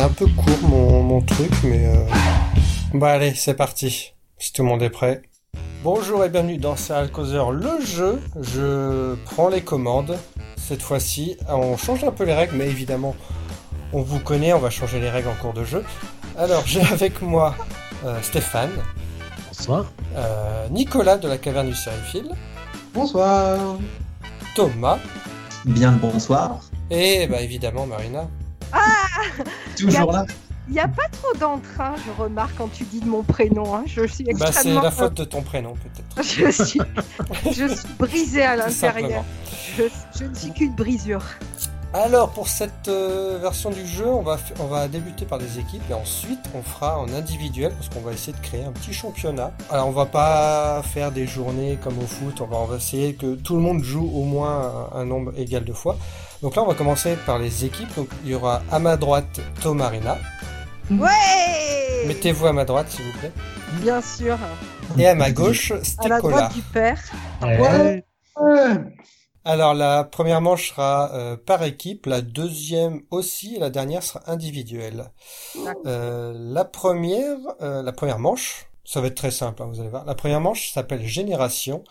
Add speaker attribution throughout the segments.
Speaker 1: un peu court mon, mon truc, mais... euh, Bah allez, c'est parti, si tout le monde est prêt. Bonjour et bienvenue dans Serial Causeur, le jeu. Je prends les commandes. Cette fois-ci, on change un peu les règles, mais évidemment, on vous connaît, on va changer les règles en cours de jeu. Alors, j'ai avec moi euh, Stéphane,
Speaker 2: Bonsoir.
Speaker 1: euh, Nicolas de la caverne du Sériephile,
Speaker 3: Bonsoir.
Speaker 1: Thomas
Speaker 3: Bien le bonsoir.
Speaker 1: et bah évidemment Marina.
Speaker 3: Toujours là.
Speaker 4: Il n'y a pas trop d'entrain, je remarque, quand tu dis de mon prénom. hein. Je suis
Speaker 1: Bah c'est
Speaker 4: extrêmement...
Speaker 1: la faute de ton prénom peut-être.
Speaker 4: Je suis, je suis brisée à
Speaker 1: Tout
Speaker 4: l'intérieur.
Speaker 1: simplement.
Speaker 4: Je, je ne suis qu'une brisure.
Speaker 1: Alors pour cette euh, version du jeu, on va, f- on va débuter par des équipes et ensuite on fera en individuel parce qu'on va essayer de créer un petit championnat. Alors on va pas faire des journées comme au foot, on va, on va essayer que tout le monde joue au moins un, un nombre égal de fois. Donc là on va commencer par les équipes. Donc, il y aura à ma droite Tomarina.
Speaker 4: Ouais
Speaker 1: Mettez-vous à ma droite s'il vous plaît.
Speaker 4: Bien sûr,
Speaker 1: Et à ma gauche,
Speaker 4: à la
Speaker 1: Stekola.
Speaker 4: droite du père.
Speaker 3: Ouais.
Speaker 1: Alors la première manche sera euh, par équipe, la deuxième aussi, et la dernière sera individuelle.
Speaker 4: D'accord.
Speaker 1: Euh, la première, euh, la première manche, ça va être très simple, hein, vous allez voir. La première manche s'appelle Génération.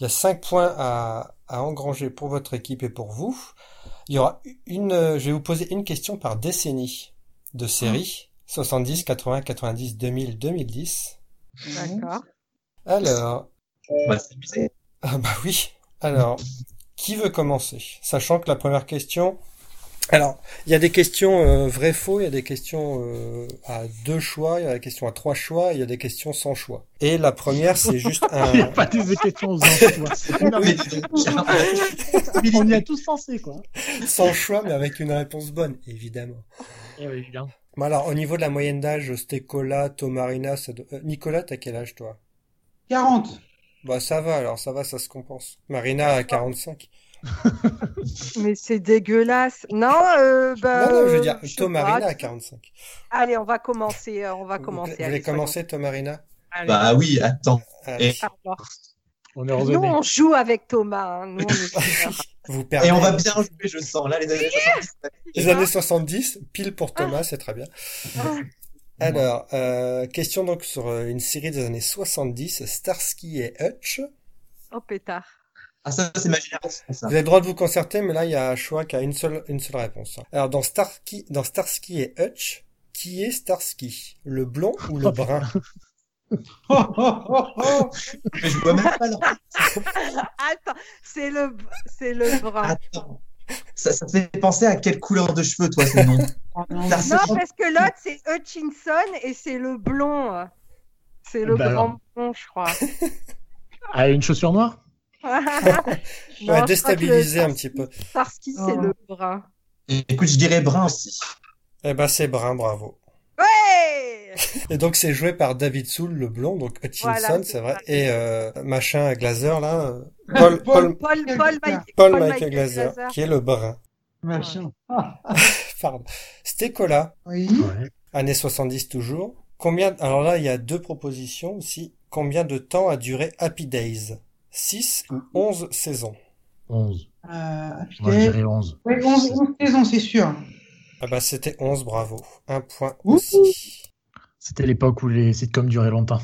Speaker 1: Il y a cinq points à, à engranger pour votre équipe et pour vous. Il y aura une, euh, je vais vous poser une question par décennie de série 70, 80, 90, 2000, 2010.
Speaker 4: D'accord.
Speaker 1: Alors,
Speaker 3: On va s'amuser.
Speaker 1: Ah bah oui. Alors, qui veut commencer? Sachant que la première question... Alors, il y a des questions euh, vrai-faux, il y a des questions euh, à deux choix, il y a des questions à trois choix, il y a des questions sans choix. Et la première, c'est juste
Speaker 2: Il n'y a
Speaker 1: un...
Speaker 2: pas des questions aux enfants. quoi. Non, mais on y a tous pensé, quoi.
Speaker 1: sans choix, mais avec une réponse bonne, évidemment.
Speaker 2: Eh oui, bien.
Speaker 1: Bon alors, au niveau de la moyenne d'âge, Stecola, Tomarina, ça doit- euh, Nicolas, t'as quel âge, toi?
Speaker 3: 40.
Speaker 1: Bah ça va, alors ça va, ça se compense. Marina à 45.
Speaker 4: Mais c'est dégueulasse. Non, euh, bah,
Speaker 1: Non, non, je veux
Speaker 4: euh,
Speaker 1: dire,
Speaker 4: sais
Speaker 1: Tomarina
Speaker 4: pas.
Speaker 1: à 45.
Speaker 4: Allez, on va commencer. euh, On va
Speaker 1: Vous-
Speaker 4: commencer.
Speaker 1: Vous
Speaker 4: allez,
Speaker 1: voulez
Speaker 4: soyons-
Speaker 1: commencer, Tomarina?
Speaker 4: allez.
Speaker 3: Bah oui, attends.
Speaker 1: Allez.
Speaker 3: Et-
Speaker 4: Alors,
Speaker 2: On est
Speaker 4: nous,
Speaker 2: ordonné.
Speaker 4: on joue avec Thomas. hein. Nous, on est-
Speaker 1: Vous perdez.
Speaker 3: Et on va bien jouer, hein. je sens. Là, les années 70.
Speaker 1: Les années 70, pile pour
Speaker 4: Ah.
Speaker 1: Thomas, c'est très bien. Alors, euh, question donc sur euh, une série des années 70, Starsky et Hutch.
Speaker 4: Oh, pétard.
Speaker 3: Ah, ça, c'est ma génération, ça.
Speaker 1: Vous avez le droit de vous concerter, mais là, il y a un choix qui a une seule, une seule réponse. hein. Alors, dans Starsky, dans Starsky et Hutch, qui est Starsky? Le blond ou le brun?
Speaker 3: Oh, Mais je vois même pas leur.
Speaker 4: Attends, c'est le, c'est le bras.
Speaker 3: Attends. Ça, ça te fait penser à quelle couleur de cheveux, toi, ce nom
Speaker 4: Non,
Speaker 3: Tarsi-
Speaker 4: parce que l'autre, c'est Hutchinson et c'est le blond. C'est le
Speaker 2: Bah
Speaker 4: grand blond, je crois.
Speaker 2: Ah, une chaussure noire
Speaker 1: On
Speaker 4: Non,
Speaker 1: va
Speaker 4: je
Speaker 1: déstabiliser
Speaker 4: crois
Speaker 1: un
Speaker 4: que
Speaker 1: petit peu.
Speaker 4: Tarski, c'est le brun.
Speaker 3: Écoute, je dirais brun aussi.
Speaker 1: Eh ben, c'est brun, bravo.
Speaker 4: Ouais
Speaker 1: Et donc, c'est joué par David Soul, le blond, donc Hutchinson,
Speaker 4: Voilà, c'est
Speaker 1: c'est vrai,
Speaker 4: ça.
Speaker 1: et euh, machin, Glazer, là, euh, Paul, Paul,
Speaker 4: Paul, Paul, Michael,
Speaker 1: Paul Michael Glaser, qui est le brun.
Speaker 4: Machin.
Speaker 1: Pardon. Stecola.
Speaker 3: Oui.
Speaker 2: Ouais.
Speaker 1: Années 70 toujours. Combien, alors là, il y a deux propositions aussi. Combien de temps a duré Happy Days 6 ou 11 saisons
Speaker 2: 11.
Speaker 5: Euh, putain.
Speaker 2: Moi, je dirais 11.
Speaker 5: Ouais, 11, 11 saisons, c'est sûr.
Speaker 1: Ah bah c'était 11, bravo. Un point
Speaker 5: Ouh.
Speaker 1: aussi.
Speaker 2: C'était l'époque où les sitcoms duraient longtemps.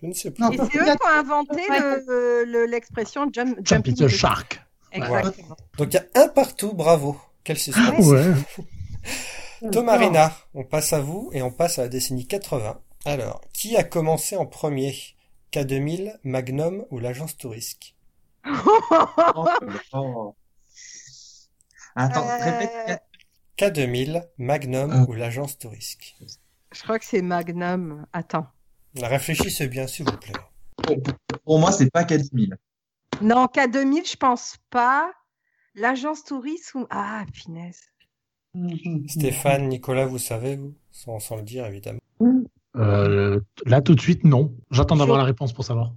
Speaker 1: Je ne sais plus.
Speaker 5: Non,
Speaker 4: Et
Speaker 5: parce
Speaker 4: c'est
Speaker 5: que
Speaker 4: eux
Speaker 5: là,
Speaker 4: qui ont inventé le- le- l'expression jump,
Speaker 2: Jumping
Speaker 4: jumping
Speaker 2: the
Speaker 4: the
Speaker 2: Shark.
Speaker 4: Exactement.
Speaker 1: Donc il y a un partout, bravo. Quel suspense.
Speaker 2: Ah Ouais.
Speaker 1: Tomarina, on passe à vous et on passe à la décennie 80. Alors, qui a commencé en premier K2000, Magnum ou l'agence Tourisque
Speaker 3: Attends,
Speaker 4: Euh,
Speaker 3: répète.
Speaker 1: K2000, Magnum
Speaker 3: Ah.
Speaker 1: ou l'agence Tourisque Bah,
Speaker 4: Je crois que c'est Magnum. Attends.
Speaker 1: Réfléchissez bien, s'il vous plaît.
Speaker 3: Pour moi, c'est pas 4000.
Speaker 4: Non, K2000, je pense pas. L'agence touriste ou... Ah, finesse.
Speaker 2: Mm,
Speaker 1: Stéphane, Nicolas, vous savez, vous, sans, sans le dire évidemment.
Speaker 2: Euh, là, tout de suite, non. J'attends d'avoir la réponse pour savoir.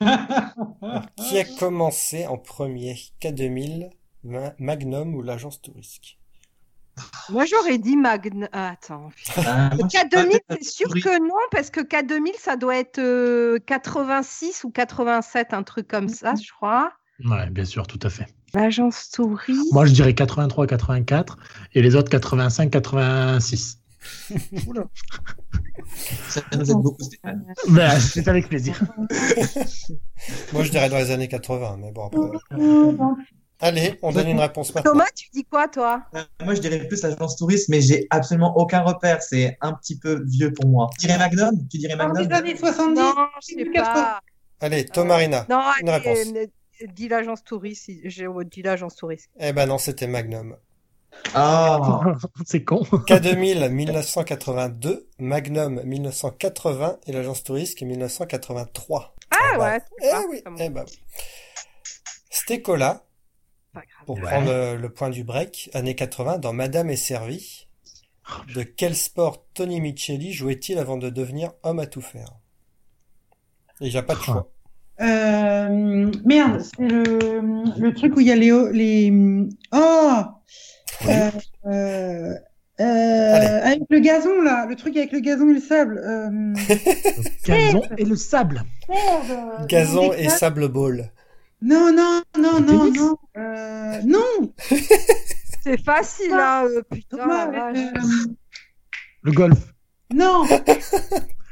Speaker 2: Ah,
Speaker 1: Ah,
Speaker 5: Ah.
Speaker 1: Qui a commencé en premier K2000, Ma- Magnum ou l'agence touristique
Speaker 4: Moi, j'aurais dit Magnum. Attends.
Speaker 3: Ah, moi, je suis pas
Speaker 4: K2000,
Speaker 3: de-
Speaker 4: c'est sûr que non, parce que K2000, ça doit être euh, 86 ou 87, un truc comme ça, je crois.
Speaker 2: Ouais, bien sûr, tout à fait.
Speaker 4: L'agence souris.
Speaker 2: Moi, je dirais 83, 84 et les autres 85, 86. Oula.
Speaker 3: Ça nous aide beaucoup,
Speaker 4: Euh,
Speaker 3: Stéphane.
Speaker 2: Bah, c'est avec plaisir.
Speaker 1: Moi, je dirais dans les années 80, mais bon, après.
Speaker 5: Euh,
Speaker 1: Allez, on donne une réponse maintenant.
Speaker 4: Thomas, tu dis quoi, toi
Speaker 3: Euh, Moi, je dirais plus l'agence touriste, mais j'ai absolument aucun repère. C'est un petit peu vieux pour moi. Tu dirais Magnum Tu dirais
Speaker 5: Fin
Speaker 3: Magnum
Speaker 5: des années 70.
Speaker 4: Non, je sais pas.
Speaker 1: Allez, Thomas Rina.
Speaker 4: Non,
Speaker 1: Une
Speaker 4: allez,
Speaker 1: réponse.
Speaker 4: euh, euh, dis l'agence touriste. si- J'ai oh, dis l'agence touriste.
Speaker 1: Eh ben non, c'était Magnum.
Speaker 3: Ah
Speaker 2: Oh, c'est con.
Speaker 1: K2000, 1982, Magnum, 1980 et l'agence touriste qui est 1983.
Speaker 4: Ah
Speaker 1: Eh ben,
Speaker 4: ouais.
Speaker 1: Eh
Speaker 4: Ah,
Speaker 1: oui,
Speaker 4: ça me-
Speaker 1: eh ben. Stecola,
Speaker 4: pas grave.
Speaker 1: pour
Speaker 2: Ouais.
Speaker 1: prendre euh, le point du break, années 80, dans Madame est servie. De quel sport Tony Micheli jouait-il avant de devenir homme à tout faire Et il n'y a pas de choix.
Speaker 5: Euh, merde, c'est le, le truc où il y a les. les... Oh Euh, euh, euh, Avec le gazon, là. Le truc avec le gazon et le sable. Euh,
Speaker 2: Gazon et le sable.
Speaker 5: merde,
Speaker 1: Gazon
Speaker 5: euh,
Speaker 1: et sable ball.
Speaker 5: Non, non, non,
Speaker 2: Le
Speaker 5: non,
Speaker 2: tennis
Speaker 5: non. Euh, non
Speaker 4: C'est facile, hein, euh, putain, la
Speaker 5: Thomas,
Speaker 4: vache.
Speaker 5: euh,
Speaker 2: Le golf.
Speaker 5: Non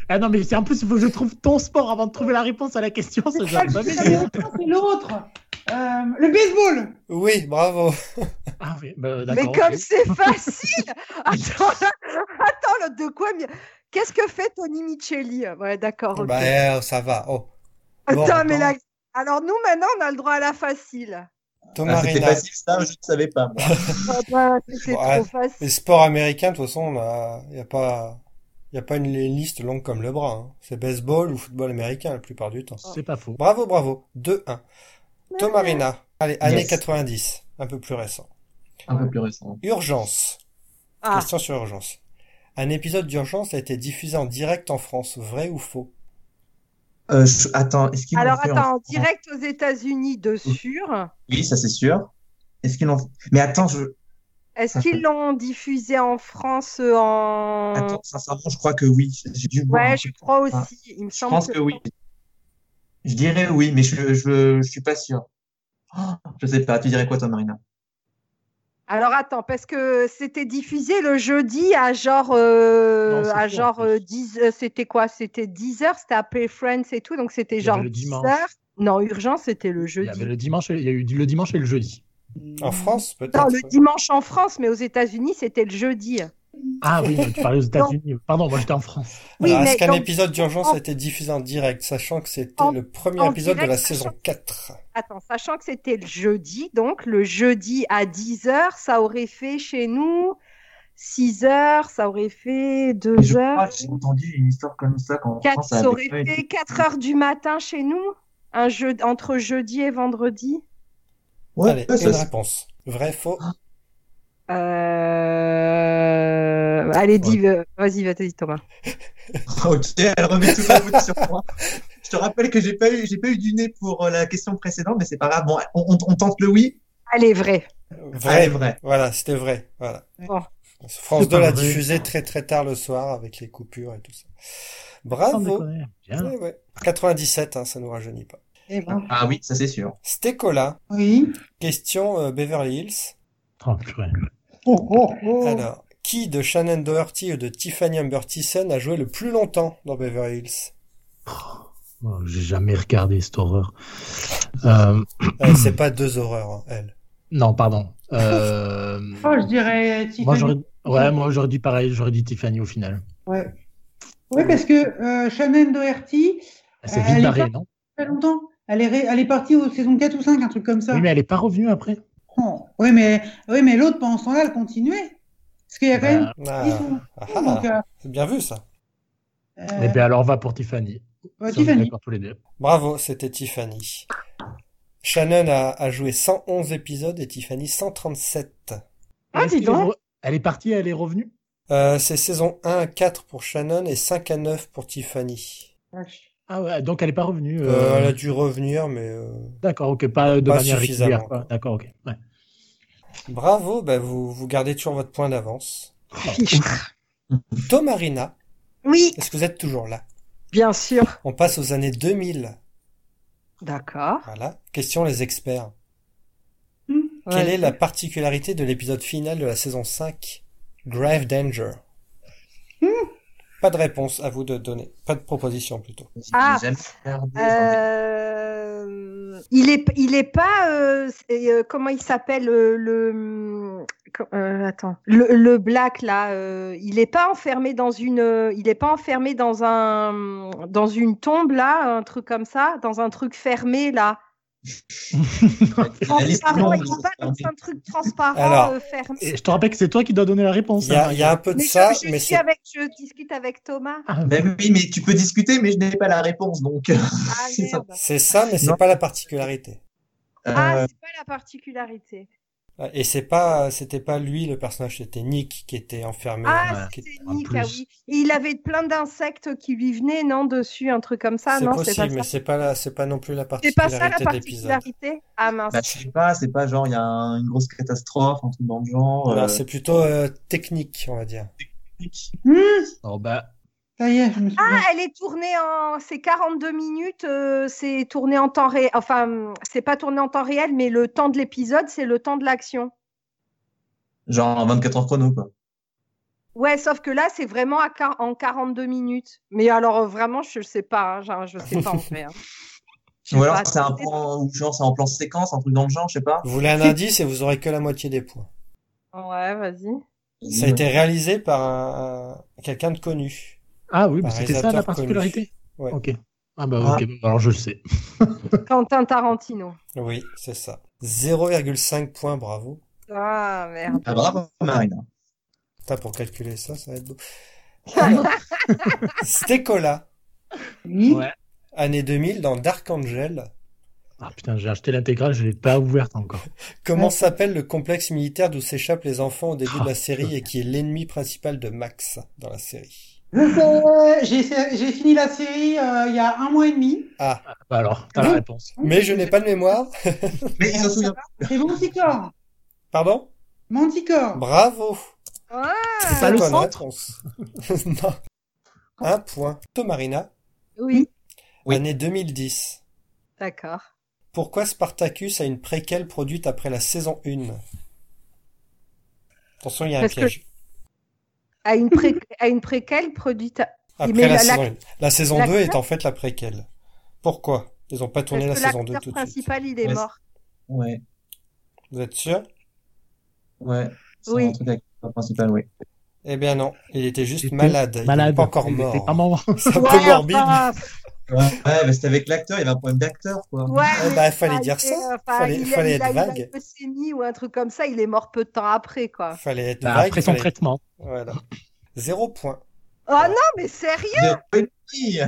Speaker 2: Ah non, mais c'est en plus, il faut que je trouve ton sport avant de trouver la réponse à la question. Ça,
Speaker 5: C'est pas
Speaker 2: j'aurais
Speaker 5: le
Speaker 2: pas
Speaker 5: foot
Speaker 2: m'aider.
Speaker 5: américain, c'est l'autre. Euh, le baseball.
Speaker 1: Oui, bravo.
Speaker 2: Ah oui, bah,
Speaker 4: Mais
Speaker 2: d'accord.
Speaker 4: comme
Speaker 2: ok.
Speaker 4: c'est facile Attends, attends, l'autre de quoi mi- Qu'est-ce que fait Tony Micheli Ouais, d'accord. ok.
Speaker 1: Bah, eh, ça va. Oh. bon,
Speaker 4: attends, Ah, mais
Speaker 1: attends.
Speaker 4: la- Alors nous, maintenant, on a le droit à la facile.
Speaker 1: Thomas
Speaker 3: Ah, C'était
Speaker 1: Rina.
Speaker 3: facile, ça, je ne savais pas. moi.
Speaker 4: Ah bah, C'était
Speaker 1: Ouais.
Speaker 4: trop
Speaker 1: Les
Speaker 4: facile.
Speaker 1: sports américains, de toute façon, il n'y a pas, y a pas une liste longue comme le bras. hein. C'est baseball ou football américain la plupart du temps.
Speaker 2: C'est pas faux.
Speaker 1: Bravo, bravo. 2-1. Thomas Rina. Allez, années
Speaker 3: Yes.
Speaker 1: 90, un peu plus récent.
Speaker 3: Un peu plus récent.
Speaker 1: Urgence.
Speaker 4: Ah,
Speaker 1: Question sur Urgence. Un épisode d'Urgence a été diffusé en direct en France, vrai ou faux
Speaker 3: Euh, je- Attends, est-ce qu'ils l'ont
Speaker 4: alors
Speaker 3: fait en-
Speaker 4: attends, en direct aux États-Unis, de sûr.
Speaker 3: Oui, ça c'est sûr. Est-ce qu'ils l'ont Mais attends,
Speaker 4: Euh.
Speaker 3: je...
Speaker 4: Est-ce qu'ils l'ont diffusé en France euh, en.
Speaker 3: attends, sincèrement, je crois que oui. J'ai dû voir un
Speaker 4: ouais,
Speaker 3: truc.
Speaker 4: je crois aussi. Il me
Speaker 3: Je
Speaker 4: semble
Speaker 3: pense
Speaker 4: que-
Speaker 3: que oui. Je dirais oui, mais je, je, je suis pas sûr. Oh, je sais pas, tu dirais quoi toi, Marina?
Speaker 4: Alors attends, parce que c'était diffusé le jeudi à genre, euh,
Speaker 2: Non, c'est
Speaker 4: à
Speaker 2: faux, en
Speaker 4: genre
Speaker 2: plus.
Speaker 4: euh, 10 euh, c'était quoi? C'était 10 heures, c'était appelé Friends et tout, donc c'était
Speaker 2: y
Speaker 4: genre
Speaker 2: avait le
Speaker 4: 10
Speaker 2: dimanche.
Speaker 4: heures. Non, Urgence, c'était le
Speaker 2: Il y avait
Speaker 4: jeudi.
Speaker 2: le dimanche, et- il y a eu le dimanche et le jeudi.
Speaker 1: En France, peut-être
Speaker 4: Non, le dimanche en France, mais aux États-Unis, c'était le jeudi.
Speaker 2: Ah oui, mais tu parlais aux États-Unis. Pardon, moi j'étais en France.
Speaker 4: Oui,
Speaker 1: Alors,
Speaker 4: mais
Speaker 1: Est-ce qu'un
Speaker 4: donc-
Speaker 1: épisode d'Urgence a été diffusé en direct, sachant que c'était
Speaker 4: En-
Speaker 1: le premier
Speaker 4: en
Speaker 1: épisode de la
Speaker 4: direct,
Speaker 1: saison
Speaker 4: sachant-
Speaker 1: 4
Speaker 4: Attends, sachant que c'était le jeudi, donc le jeudi à 10 heures, ça aurait fait chez nous 6 heures, ça aurait fait 2
Speaker 3: Je crois
Speaker 4: heures,
Speaker 3: que j'ai entendu une histoire comme ça quand on
Speaker 4: quatre-
Speaker 3: France ça
Speaker 4: ça aurait
Speaker 3: avait pas
Speaker 4: fait
Speaker 3: été.
Speaker 4: 4 heures du matin chez nous, un jeu, entre jeudi et vendredi.
Speaker 3: Ouais,
Speaker 1: Allez,
Speaker 3: ouais, ça,
Speaker 1: une
Speaker 3: c'est- Ah,
Speaker 1: réponse. Vrai, faux
Speaker 4: Euh... Allez, dis, euh, vas-y, vas-y, Thomas.
Speaker 3: Ah, Ok, elle remet tout la faute sur moi. Je te rappelle que j'ai pas eu, j'ai pas eu du nez pour euh, la question précédente, mais c'est pas grave. Bon, on, on- on tente le oui.
Speaker 4: Allez, vrai.
Speaker 1: Vrai.
Speaker 3: Allez, vrai.
Speaker 1: Voilà, c'était vrai. Voilà.
Speaker 4: Bon.
Speaker 1: France
Speaker 2: C'est
Speaker 1: 2 l'a
Speaker 2: pas vrai.
Speaker 1: diffusé très très tard le soir avec les coupures et tout ça.
Speaker 2: Sans
Speaker 1: Bravo.
Speaker 2: déconner. hein. Bien.
Speaker 1: Ouais, ouais. 97, hein, ça nous rajeunit pas.
Speaker 5: Eh ben,
Speaker 3: Ah oui, ça c'est sûr.
Speaker 1: Stecola,
Speaker 5: oui.
Speaker 1: question euh, Beverly Hills.
Speaker 2: Oh, purée.
Speaker 5: Oh, oh, oh.
Speaker 1: Alors, qui de Shannon Doherty ou de Tiffany Amber Thiessen a joué le plus longtemps dans Beverly Hills
Speaker 2: Oh, J'ai jamais regardé cette horreur. Euh,
Speaker 5: Hmm.
Speaker 1: Euh, C'est pas deux horreurs, hein, elle.
Speaker 2: non, pardon. Euh,
Speaker 5: Oh, je dirais Tiffany.
Speaker 2: moi, j'aurais... Ouais, moi j'aurais dit pareil, j'aurais dit Tiffany au final.
Speaker 5: Ouais. Ouais, parce que euh, Shannon Doherty,
Speaker 2: Elle s'est
Speaker 5: Euh,
Speaker 2: vite
Speaker 5: elle est
Speaker 2: barrée,
Speaker 5: pas-
Speaker 2: non
Speaker 5: ça fait longtemps. Elle est, ré- elle est partie aux saisons 4 ou 5, un truc comme ça.
Speaker 2: Oui, mais elle n'est pas revenue après.
Speaker 5: Oh. Ouais, mais, ouais, mais l'autre, pendant ce temps-là, elle continuait. Parce qu'il y a quand même.
Speaker 2: Bah,
Speaker 1: Ah,
Speaker 5: Ils sont-
Speaker 1: ah,
Speaker 5: Donc, euh,
Speaker 1: c'est bien vu ça.
Speaker 5: euh,
Speaker 2: Eh bien, alors on va pour Tiffany.
Speaker 5: ouais,
Speaker 2: Si on est
Speaker 5: Tiffany.
Speaker 2: d'accord tous les deux.
Speaker 1: Bravo, c'était Tiffany. Shannon a, a joué 111 épisodes et Tiffany 137.
Speaker 4: Ah,
Speaker 2: Est-ce
Speaker 4: dis
Speaker 2: qu'elle est
Speaker 4: donc.
Speaker 2: re- Elle est partie, elle est revenue
Speaker 1: Euh, c'est saison 1 à 4 pour Shannon et 5 à 9 pour Tiffany.
Speaker 2: Ah ouais, donc elle n'est pas revenue. euh,
Speaker 1: Euh, elle a dû revenir, mais... euh,
Speaker 2: D'accord, ok, pas de
Speaker 1: Pas
Speaker 2: manière
Speaker 1: suffisamment,
Speaker 2: régulière. quoi.
Speaker 1: quoi.
Speaker 2: D'accord, ok. ouais.
Speaker 1: Bravo, bah, vous, vous gardez toujours votre point d'avance. Tomarina,
Speaker 4: Oui,
Speaker 1: est-ce que vous êtes toujours là
Speaker 4: bien sûr.
Speaker 1: On passe aux années 2000.
Speaker 4: D'accord.
Speaker 1: Voilà. Question les experts.
Speaker 5: Hmm.
Speaker 1: Quelle
Speaker 4: Ouais.
Speaker 1: est la particularité de l'épisode final de la saison 5 Grave Danger.
Speaker 4: Hmm.
Speaker 1: Pas de réponse à vous de donner. Pas de proposition plutôt.
Speaker 3: J'ai
Speaker 4: Ah.
Speaker 3: jamais regardé, j'en ai-
Speaker 4: Euh, il est, il est pas. euh, c'est, euh, comment il s'appelle euh, le euh, Attends, le, le black là. euh, il est pas enfermé dans une. euh, il est pas enfermé dans un, dans une tombe là, un truc comme ça, dans un truc fermé là.
Speaker 3: La liste est
Speaker 4: Transparent,
Speaker 3: longue,
Speaker 4: il est pas dans
Speaker 3: j'en ai-
Speaker 4: un truc transparent
Speaker 1: Alors,
Speaker 4: euh, fermé.
Speaker 2: Et je te rappelle que c'est toi qui dois donner la réponse.
Speaker 1: Il y a,
Speaker 2: hein.
Speaker 1: il y a un peu de
Speaker 4: Mais je-
Speaker 1: ça,
Speaker 4: je,
Speaker 1: mais
Speaker 4: suis
Speaker 1: c'est
Speaker 4: avec, je discute avec Thomas.
Speaker 2: Ah,
Speaker 3: Ben oui, mais tu peux discuter, mais je n'ai pas la réponse, donc. euh,
Speaker 4: Ah,
Speaker 3: C'est ça.
Speaker 4: merde.
Speaker 1: c'est ça, mais c'est
Speaker 3: Non.
Speaker 1: pas la particularité.
Speaker 3: Euh,
Speaker 4: Ah, c'est pas la particularité.
Speaker 1: Et c'est pas, c'était pas lui le personnage, c'était Nick qui était enfermé.
Speaker 4: Ah,
Speaker 1: qui-
Speaker 4: c'était
Speaker 3: en
Speaker 4: Nick, ah
Speaker 3: plus.
Speaker 4: oui. Et il avait plein d'insectes qui lui venaient, non, dessus, un truc comme ça,
Speaker 1: c'est
Speaker 4: non,
Speaker 1: possible,
Speaker 4: c'est pas
Speaker 1: mais
Speaker 4: ça.
Speaker 1: c'est pas la, c'est pas non plus la
Speaker 4: C'est pas ça la
Speaker 1: particularité de l'épisode.
Speaker 4: particularité Ah mince.
Speaker 3: bah, je sais pas, c'est pas genre il y a un- une grosse catastrophe, un truc dans le genre.
Speaker 1: Non,
Speaker 3: euh,
Speaker 1: C'est plutôt euh, technique, on va dire.
Speaker 5: Hum,
Speaker 6: Oh, bah,
Speaker 5: ça y est, je me souviens.
Speaker 4: Ah, elle est tournée en. C'est 42 minutes, euh, c'est tourné en temps réel. Enfin, hum, c'est pas tourné en temps réel, mais le temps de l'épisode, c'est le temps de l'action.
Speaker 3: Genre 24 heures chrono, quoi.
Speaker 4: Ouais, sauf que là, c'est vraiment à quar- en 42 minutes. Mais alors, euh, vraiment, je sais pas. hein, genre, je sais pas en fait. hein. Je sais
Speaker 3: Ou alors
Speaker 4: pas,
Speaker 3: c'est un
Speaker 4: Bah, c'est-
Speaker 3: plan, ou genre c'est en plan séquence, un truc dans le genre, je sais pas.
Speaker 1: Vous voulez un indice et vous aurez que la moitié des points.
Speaker 4: Ouais, vas-y.
Speaker 1: Ça a été réalisé par un, un- quelqu'un de connu.
Speaker 2: Ah oui, mais
Speaker 1: Par
Speaker 2: c'était ça la
Speaker 1: réalisateur
Speaker 2: particularité
Speaker 1: connu. Ouais.
Speaker 2: Ok. Ah bah ok, alors je le sais.
Speaker 4: Quentin Tarantino.
Speaker 1: Oui, c'est ça. 0,5 points, bravo.
Speaker 4: Ah merde.
Speaker 3: Ah, bravo, Marina.
Speaker 1: Putain, pour calculer ça, ça va être beau.
Speaker 2: Ah,
Speaker 1: Stekola,
Speaker 5: Oui.
Speaker 6: ouais.
Speaker 1: année 2000 dans Dark Angel.
Speaker 2: Ah putain, j'ai acheté l'intégrale, je l'ai pas ouverte encore.
Speaker 1: Comment
Speaker 5: Ouais.
Speaker 1: s'appelle le complexe militaire d'où s'échappent les enfants au début de
Speaker 2: Ah,
Speaker 1: la série
Speaker 2: putain.
Speaker 1: et qui est l'ennemi principal de Max dans la série
Speaker 5: Euh, j'ai fait- j'ai fini la série euh, il y a un mois et demi.
Speaker 1: Ah,
Speaker 2: Bah alors, t'as la
Speaker 5: Oui.
Speaker 2: réponse.
Speaker 1: mais je n'ai pas de mémoire.
Speaker 3: Mais il s'en souvient
Speaker 5: C'est Manticore.
Speaker 1: Pardon
Speaker 5: Manticore.
Speaker 1: Bravo
Speaker 4: Ah,
Speaker 1: C'est
Speaker 2: pas le
Speaker 1: bonne
Speaker 2: centre
Speaker 1: réponse. Non. Un point. Tomarina,
Speaker 4: oui.
Speaker 3: Oui.
Speaker 1: année 2010.
Speaker 4: D'accord.
Speaker 1: Pourquoi Spartacus a une préquelle produite après la saison 1 Attention, il y a un
Speaker 4: Parce que-
Speaker 1: piège.
Speaker 4: À une, pré- à une préquelle produite. à-
Speaker 1: Après
Speaker 4: mais
Speaker 1: la,
Speaker 4: la-
Speaker 1: saison
Speaker 4: la-
Speaker 1: 1. La saison
Speaker 4: la
Speaker 1: 2 est
Speaker 4: classe-
Speaker 1: en fait la préquelle. Pourquoi Ils ont pas tourné la
Speaker 4: Parce que
Speaker 1: saison 2 tout
Speaker 4: l'acteur
Speaker 1: de suite.
Speaker 4: principal, il est
Speaker 3: Ouais,
Speaker 4: mort.
Speaker 3: Ouais,
Speaker 1: Vous êtes sûr
Speaker 3: ouais. C'est
Speaker 4: Oui.
Speaker 3: un truc avec le principal, oui.
Speaker 1: Eh bien non, il était juste
Speaker 2: Il était
Speaker 1: malade. Il n'est
Speaker 2: Malade.
Speaker 1: pas encore
Speaker 2: Il était
Speaker 1: mort.
Speaker 2: pas mort.
Speaker 1: C'est un peu
Speaker 4: Ouais,
Speaker 1: morbide.
Speaker 4: enfin,
Speaker 3: Ouais, ouais mais c'était avec l'acteur, il y avait un problème d'acteur, quoi.
Speaker 4: ouais,
Speaker 1: Eh
Speaker 4: mais
Speaker 1: ben,
Speaker 4: il
Speaker 1: fallait
Speaker 4: a
Speaker 1: dire
Speaker 4: été,
Speaker 1: ça.
Speaker 4: euh, enfin,
Speaker 1: Fallait-
Speaker 4: il a-
Speaker 1: fallait
Speaker 4: il a
Speaker 1: être
Speaker 4: eu la
Speaker 1: vague.
Speaker 4: leucémie ou un truc comme ça, il est mort peu de temps après, quoi.
Speaker 1: Fallait être
Speaker 2: Bah,
Speaker 1: vague.
Speaker 2: après son
Speaker 1: fallait-
Speaker 2: traitement.
Speaker 1: Voilà. Zéro point.
Speaker 4: Oh non, mais sérieux
Speaker 3: De- Oui.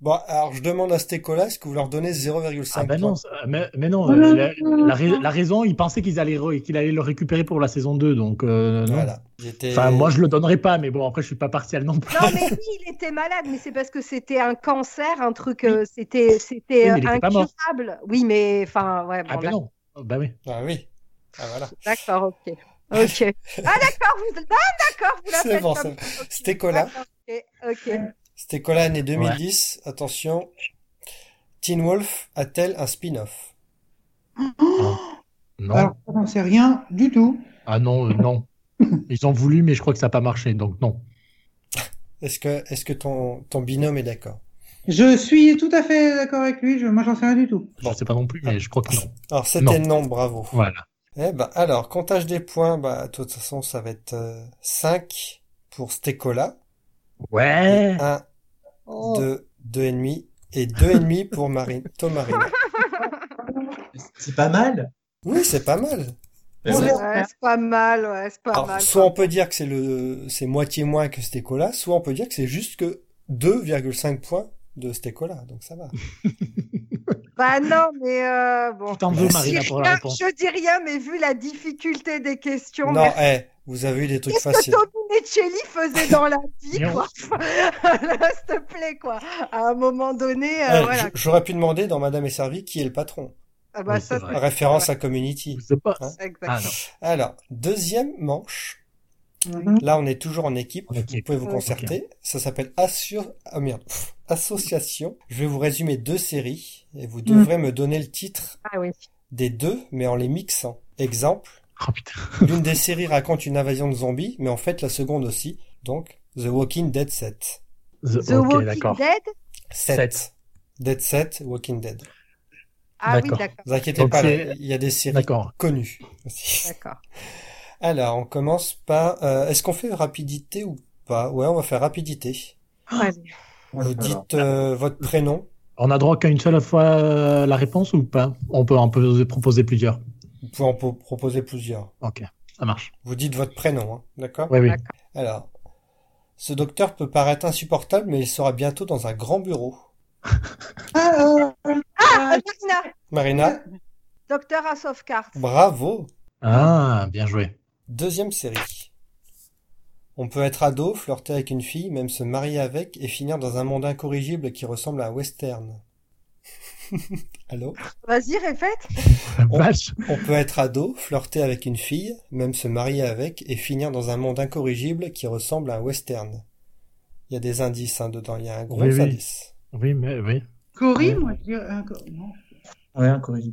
Speaker 1: Bon, alors je demande à Stekola, est-ce que vous leur donnez 0,5
Speaker 2: Ah bah
Speaker 1: points
Speaker 2: non, ça- mais, mais non,
Speaker 5: Oh
Speaker 2: euh,
Speaker 5: là
Speaker 2: la,
Speaker 5: là.
Speaker 2: la rais- la raison, ils pensaient qu'ils allaient, re- qu'il allait le récupérer pour la saison 2, donc euh, non.
Speaker 1: Voilà. J'étais-
Speaker 2: Enfin, moi je le donnerai pas, mais bon, après je suis pas partial non plus.
Speaker 4: Non, mais oui, il était malade, mais c'est parce que c'était un cancer, un truc, euh, c'était c'était euh,
Speaker 2: Oui, mais il était pas mort.
Speaker 4: incurable. Oui, mais enfin, ouais, bon,
Speaker 2: Ah bah
Speaker 4: d'ac-
Speaker 2: non. Oh, Bah oui.
Speaker 1: Ah oui. Ah voilà.
Speaker 4: d'accord, ok. Ok. Ah d'accord, vous... ah, d'accord, vous la
Speaker 1: C'est
Speaker 4: faites
Speaker 1: bon,
Speaker 4: comme ok,
Speaker 1: Stekola.
Speaker 4: d'accord, Ok, ok.
Speaker 1: Stekola, année 2010. Attention. Teen Wolf a-t-elle un spin-off
Speaker 2: Non.
Speaker 5: Alors, ça, j'en sais rien du tout.
Speaker 2: Ah non, euh, non. Ils ont voulu, mais je crois que ça n'a pas marché, donc non.
Speaker 1: Est-ce que, est-ce que ton, ton binôme est d'accord
Speaker 5: Je suis tout à fait d'accord avec lui. Je, moi, j'en sais rien du tout.
Speaker 2: Je sais pas non plus, mais je crois que non.
Speaker 1: Alors c'était non, bravo.
Speaker 2: Voilà.
Speaker 1: Eh ben alors, comptage des points, bah de toute façon ça va être 5 pour Stekola,
Speaker 2: Ouais.
Speaker 1: 1,
Speaker 4: Oh.
Speaker 1: 2, 2,5 et 2,5 pour Marine, Tomarina.
Speaker 3: C'est pas mal.
Speaker 1: Oui, c'est pas mal.
Speaker 3: Mais
Speaker 5: Ouais.
Speaker 3: ouais.
Speaker 4: Ouais, c'est pas mal, ouais, c'est pas
Speaker 1: Alors,
Speaker 4: mal.
Speaker 1: soit on peut dire que c'est le c'est moitié moins que Stekola, soit on peut dire que c'est juste que 2,5 points de Stekola, donc ça va.
Speaker 4: Bah non, mais euh, bon.
Speaker 2: Je t'en veux,
Speaker 1: Je
Speaker 2: Marina,
Speaker 4: dis
Speaker 2: pour la
Speaker 4: rien,
Speaker 2: réponse.
Speaker 4: je dis rien, mais vu la difficulté des questions,
Speaker 1: Non,
Speaker 4: merci.
Speaker 1: eh, vous avez eu des trucs
Speaker 4: qu'est-ce que
Speaker 1: faciles.
Speaker 4: Tomicelli faisait dans la vie,
Speaker 2: Bien.
Speaker 4: quoi Là, S'il te plaît, quoi. À un moment donné, euh,
Speaker 1: Eh,
Speaker 4: voilà.
Speaker 1: j- J'aurais pu demander dans Madame et Servie qui est le patron.
Speaker 4: Ah bah
Speaker 2: Oui,
Speaker 4: ça,
Speaker 2: c'est vrai.
Speaker 1: Référence à Community.
Speaker 2: The Boss.
Speaker 1: Hein
Speaker 4: c'est exact.
Speaker 2: Ah non.
Speaker 1: Alors, deuxième manche.
Speaker 5: Mhm.
Speaker 1: Là, on est toujours en équipe.
Speaker 2: En équipe.
Speaker 1: Vous pouvez vous
Speaker 4: Ouais.
Speaker 1: concerter. Ça s'appelle Assure... ah, merde. Pff, Association. Je vais vous résumer deux séries et
Speaker 4: Mm.
Speaker 1: vous devrez me donner le titre
Speaker 4: Ah oui.
Speaker 1: des deux, mais en les mixant. Exemple,
Speaker 2: Oh putain.
Speaker 1: l'une des séries raconte une invasion de zombies, mais en fait la seconde aussi. Donc, The Walking Dead 7.
Speaker 4: The, Walking Dead
Speaker 1: 7.
Speaker 6: Sept.
Speaker 1: Dead 7, Walking Dead.
Speaker 4: Ah oui,
Speaker 6: D'accord.
Speaker 4: d'accord.
Speaker 1: Ne vous inquiétez
Speaker 6: Donc
Speaker 1: pas,
Speaker 6: c'est-
Speaker 1: là, il y a des séries
Speaker 6: D'accord.
Speaker 1: connues.
Speaker 4: D'accord.
Speaker 1: Alors, on commence par... euh, Est-ce qu'on fait rapidité ou pas Ouais, on va faire rapidité.
Speaker 4: Allez.
Speaker 1: Vous dites euh, votre prénom.
Speaker 6: On a droit qu'à une seule fois euh, la réponse ou pas On peut en poser- proposer plusieurs.
Speaker 1: Vous pouvez en po- proposer plusieurs.
Speaker 6: Ok, ça marche.
Speaker 1: Vous dites votre prénom, hein, d'accord
Speaker 6: Oui, oui.
Speaker 4: D'accord.
Speaker 1: Alors, ce docteur peut paraître insupportable, mais il sera bientôt dans un grand bureau.
Speaker 5: Ah, euh,
Speaker 4: Ah,
Speaker 5: ah,
Speaker 4: Marina,
Speaker 1: Marina,
Speaker 4: docteur à sauvegarde.
Speaker 1: bravo
Speaker 6: Ah, bien joué.
Speaker 1: Deuxième série. On peut être ado, flirter avec une fille, même se marier avec et finir dans un monde incorrigible qui ressemble à un western. Allô
Speaker 4: Vas-y, répète.
Speaker 6: La
Speaker 1: On-
Speaker 6: vache.
Speaker 1: On peut être ado, flirter avec une fille, même se marier avec et finir dans un monde incorrigible qui ressemble à un western. Il y a des indices hein, dedans, il y a un gros
Speaker 6: Oui, oui.
Speaker 1: indice.
Speaker 6: Oui, mais oui.
Speaker 5: Cory, moi, je dirais. euh, Cor- non.
Speaker 3: Ouais, un corrigé.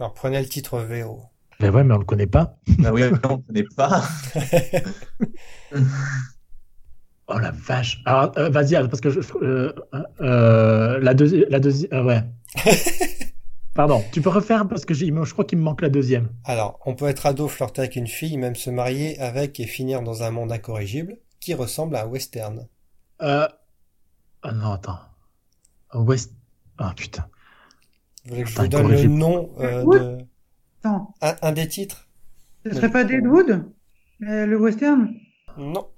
Speaker 1: Alors prenez le titre VO.
Speaker 6: Mais ouais, mais on le connaît pas.
Speaker 3: Bah oui, on ne connaît pas.
Speaker 6: Oh la vache. Alors, euh, vas-y, parce que je, euh, euh, la deuxième, la deuxième, ouais. Pardon. Tu peux refaire parce que j'ai- il me- je crois qu'il me manque la deuxième.
Speaker 1: Alors, on peut être ado, flirter avec une fille, même se marier avec et finir dans un monde incorrigible qui ressemble à un western.
Speaker 6: Euh... ah non, attends. West. Ah putain.
Speaker 1: Vous voulez que je
Speaker 6: Attends,
Speaker 1: vous donne le
Speaker 6: incorrigible.
Speaker 1: nom euh,
Speaker 5: Oui.
Speaker 1: de...
Speaker 5: Attends,
Speaker 1: un, un des titres
Speaker 5: ce serait pas Deadwood euh, Le western
Speaker 1: Non.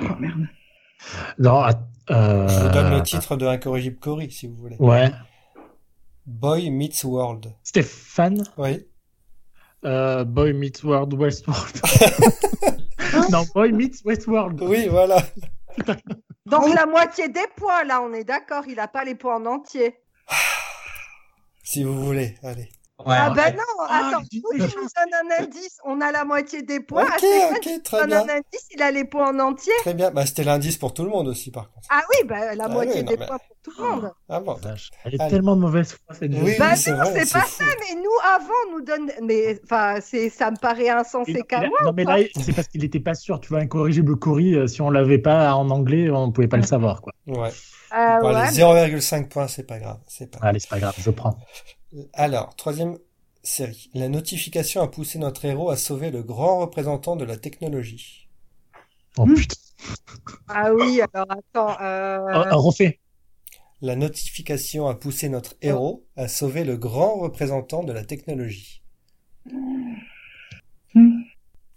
Speaker 5: Oh merde.
Speaker 6: Non. att- euh, Oh.
Speaker 1: Je vous donne le titre de Incorrigible Cory, si vous voulez.
Speaker 6: Ouais.
Speaker 1: Boy Meets World.
Speaker 6: Stéphane.
Speaker 1: Oui.
Speaker 6: Euh, Boy Meets World Westworld. non, Boy Meets Westworld.
Speaker 1: Oui, voilà.
Speaker 4: Donc la moitié des points, là, on est d'accord. Il n'a pas les points en entier.
Speaker 1: Si vous voulez, allez.
Speaker 4: ah
Speaker 3: en
Speaker 4: ben
Speaker 3: fait.
Speaker 4: non,
Speaker 3: Ah,
Speaker 4: attends.
Speaker 3: j'ai dit-
Speaker 4: Nous, tu nous donnes un indice. On a la moitié des points.
Speaker 1: ok,
Speaker 4: Stéphane,
Speaker 1: ok,
Speaker 4: tu
Speaker 1: très
Speaker 4: nous
Speaker 1: bien.
Speaker 4: donnes un indice. Il a les points en entier.
Speaker 1: Très bien. Bah, c'était l'indice pour tout le monde aussi, par contre.
Speaker 4: Ah oui, bah, la
Speaker 1: Ah
Speaker 4: moitié
Speaker 1: oui, non,
Speaker 4: des
Speaker 1: mais-
Speaker 4: points pour tout le monde.
Speaker 1: Ah bon.
Speaker 6: Vache, Elle est
Speaker 1: Allez.
Speaker 6: tellement de mauvaise foi cette
Speaker 1: Oui,
Speaker 6: jeune.
Speaker 1: oui,
Speaker 4: Bah
Speaker 1: c'est
Speaker 4: non,
Speaker 1: vrai.
Speaker 4: c'est pas
Speaker 1: fou.
Speaker 4: Mais nous, avant, nous donne. Mais enfin, c'est- ça me paraît
Speaker 6: Il-
Speaker 4: insensé
Speaker 6: il a-
Speaker 4: qu'à moi.
Speaker 6: non mais
Speaker 3: hein,
Speaker 6: là c'est parce qu'il n'était pas sûr, tu vois, incorrigible Cory, euh, si on l'avait pas en anglais, on pouvait pas le savoir quoi.
Speaker 1: Ouais.
Speaker 4: Ah
Speaker 1: Bon, allez,
Speaker 4: ouais.
Speaker 1: 0,5 points, c'est pas grave. C'est pas.
Speaker 6: Allez, c'est pas grave, je prends.
Speaker 1: Alors, troisième série. La notification a poussé notre héros à sauver le grand représentant de la technologie.
Speaker 6: Oh
Speaker 5: Hmm.
Speaker 6: putain,
Speaker 4: Ah oui, alors attends. euh,
Speaker 6: Oh, oh, refais.
Speaker 1: La notification a poussé notre héros à sauver le grand représentant de la technologie.
Speaker 5: Hmm.